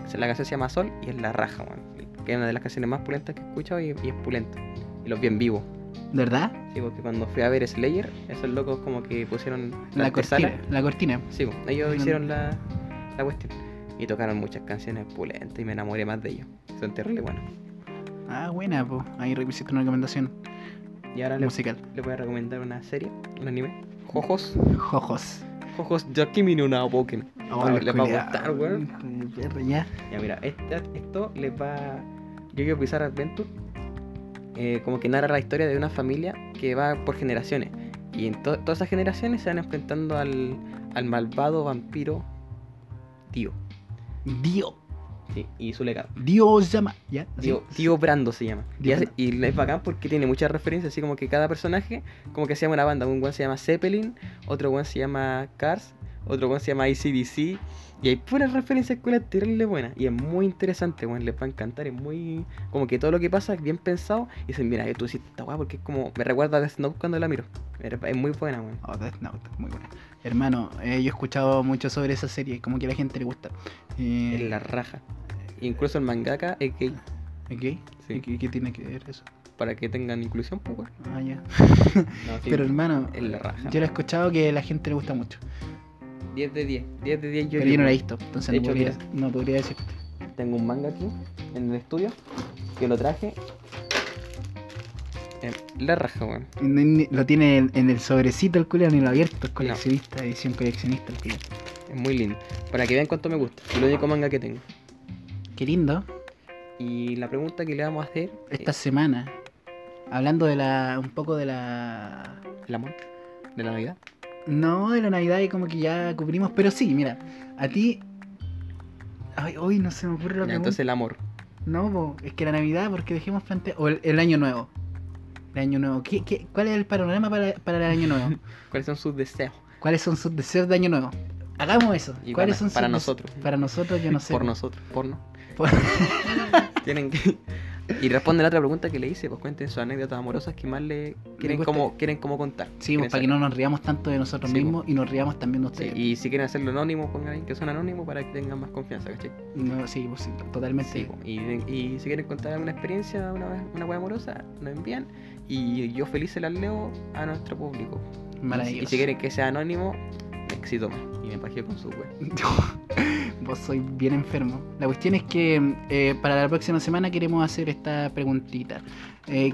Speaker 2: o sea, La canción se llama Sol y es la raja, man. Que es una de las canciones más pulentas que he escuchado y, y es pulenta. Y los vi en vivo.
Speaker 1: ¿De verdad?
Speaker 2: Sí, porque cuando fui a ver Slayer, esos locos como que pusieron
Speaker 1: La
Speaker 2: antesala.
Speaker 1: cortina. La cortina.
Speaker 2: Sí, pues, ellos
Speaker 1: Mm.
Speaker 2: hicieron la, la cuestión. Y tocaron muchas canciones pulentas y me enamoré más de ellos. Son terribles buenos.
Speaker 1: Ah, buena, pues. Ahí requisito una recomendación
Speaker 2: Y ahora les,
Speaker 1: musical.
Speaker 2: les voy a recomendar una serie, un anime. Jojos.
Speaker 1: Jojos.
Speaker 2: Jojos Yakimi no na Boken.
Speaker 1: Oh,
Speaker 2: les va a
Speaker 1: culiao.
Speaker 2: gustar, weón.
Speaker 1: Hijo de perra, Ya.
Speaker 2: Ya mira, esta- esto les va... Yo quiero pisar Adventure. eh, como que narra la historia de una familia que va por generaciones. Y en to- todas esas generaciones se van enfrentando al, al malvado vampiro tío.
Speaker 1: Dios.
Speaker 2: Sí, y su legado.
Speaker 1: Dios llama. ¿Ya? así.
Speaker 2: Tío, tío Brando se llama. Y,
Speaker 1: Tío
Speaker 2: hace-
Speaker 1: Brando.
Speaker 2: y es bacán porque tiene muchas referencias, así como que cada personaje, como que se llama una banda. Un guan se llama Zeppelin, otro guan se llama Cars, otro guan se llama ACDC. Y hay puras referencias con las terrible buenas. Y es muy interesante, weón. Les va a encantar. Es muy. Como que todo lo que pasa es bien pensado. Y dicen, mira, tú hiciste esta weá porque es como. Me recuerda a Death Note cuando la miro. Pero Es muy buena, weón.
Speaker 1: Oh, Death Note, muy buena. Hermano, eh, yo he escuchado mucho sobre esa serie, como que a la gente le gusta. Eh,
Speaker 2: Es la raja. Incluso el mangaka es gay.
Speaker 1: ¿ok?
Speaker 2: Sí.
Speaker 1: ¿Y qué, qué tiene que ver eso?
Speaker 2: Para que tengan inclusión, pues, weón.
Speaker 1: Ah, ya.
Speaker 2: No, sí,
Speaker 1: Pero hermano,
Speaker 2: es la raja.
Speaker 1: yo lo he escuchado que a la gente le gusta mucho.
Speaker 2: 10 de 10. 10 de 10 yo
Speaker 1: pero
Speaker 2: digo.
Speaker 1: yo no la he visto, entonces
Speaker 2: De
Speaker 1: no
Speaker 2: hecho,
Speaker 1: podría, no podría decirte.
Speaker 2: Tengo un manga aquí en el estudio que lo traje. Eh, La raja, weón.
Speaker 1: Ni- ni- Lo tiene en, en el sobrecito el culiao, ni lo ha abierto, es
Speaker 2: No.
Speaker 1: coleccionista, edición coleccionista el culiao.
Speaker 2: Es muy lindo. Para que vean cuánto me gusta. Es el único manga que tengo.
Speaker 1: Qué lindo.
Speaker 2: Y la pregunta que le vamos a hacer.
Speaker 1: Esta semana, hablando de la. un poco de la.
Speaker 2: eh, ¿El amor? ¿De la Navidad?
Speaker 1: No, de la Navidad y como que ya cubrimos, pero sí, mira, a ti. Ay, hoy no se me ocurre la
Speaker 2: Ya,
Speaker 1: pregunta.
Speaker 2: entonces el amor.
Speaker 1: No, po, es que la Navidad, porque dejemos plantear. O el, el año nuevo. El año nuevo. ¿Qué, qué, cuál es el panorama para, para el año nuevo?
Speaker 2: ¿Cuáles son sus deseos?
Speaker 1: ¿Cuáles son sus deseos de año nuevo? Hagamos eso.
Speaker 2: Y
Speaker 1: ¿Cuáles
Speaker 2: para-
Speaker 1: son sus
Speaker 2: para
Speaker 1: dese-
Speaker 2: nosotros.
Speaker 1: Para nosotros, yo no sé.
Speaker 2: Por nosotros. Porno.
Speaker 1: Por-
Speaker 2: Tienen que. Y responde la otra pregunta que le hice, pues cuenten sus anécdotas amorosas que más le quieren
Speaker 1: gusta.
Speaker 2: como, quieren como contar.
Speaker 1: Sí,
Speaker 2: Quieren
Speaker 1: pues, para que
Speaker 2: saber.
Speaker 1: no nos riamos tanto de nosotros
Speaker 2: Sí, pues.
Speaker 1: mismos y nos riamos también de
Speaker 2: Sí,
Speaker 1: ustedes.
Speaker 2: y si quieren hacerlo anónimo, pongan ahí que son anónimos para que tengan más confianza, ¿cachai?
Speaker 1: No, sí, pues, sí, totalmente.
Speaker 2: Sí, po. y, y si quieren contar alguna experiencia, una vez- una wea amorosa, nos envían. Y yo feliz se las leo a nuestro público.
Speaker 1: Maravilloso.
Speaker 2: Y si quieren que sea anónimo, me excito más. Y me pajeo con su wea.
Speaker 1: Vos sois bien enfermo. La cuestión es que eh, para la próxima semana queremos hacer esta preguntita. Eh,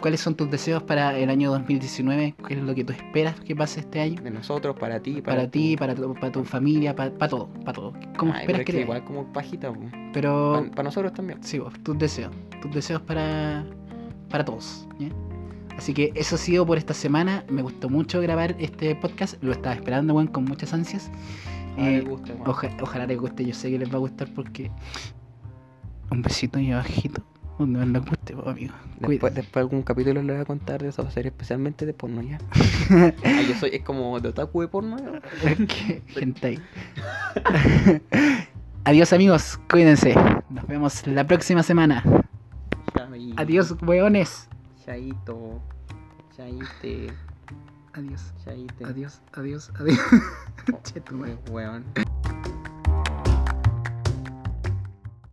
Speaker 1: ¿Cuáles son tus deseos para el año 2019? ¿Qué es lo que tú esperas que pase este año?
Speaker 2: De nosotros, para ti, para,
Speaker 1: Para, ti, para tu, para tu familia, para, para todo, para todo. ¿Cómo
Speaker 2: Ay, pero
Speaker 1: esperas
Speaker 2: es
Speaker 1: que,
Speaker 2: que
Speaker 1: te-
Speaker 2: igual como pajita,
Speaker 1: Pero,
Speaker 2: para nosotros también.
Speaker 1: sí, vos, tus deseos. Tus deseos para, para todos. ¿ya? Así que eso ha sido por esta semana. Me gustó mucho grabar este podcast. Lo estaba esperando, weón, con muchas ansias.
Speaker 2: Ojalá
Speaker 1: Eh,
Speaker 2: les guste, bueno.
Speaker 1: Oja- ojalá les guste, yo sé que les va a gustar porque un besito y abajito. Donde no les guste, po, amigo.
Speaker 2: Después,
Speaker 1: cuida.
Speaker 2: después algún capítulo les voy a contar de esa serie, especialmente de porno ya. Ay, yo soy, es como de otaku de porno. ¿no?
Speaker 1: Que- Hentai. Adiós amigos, cuídense. Nos vemos la próxima semana.
Speaker 2: Chai-
Speaker 1: Adiós, weones.
Speaker 2: Chaito. Chaite.
Speaker 1: Adiós,
Speaker 2: Chaite.
Speaker 1: adiós, adiós, adiós. Che, tu madre.
Speaker 2: Qué weón.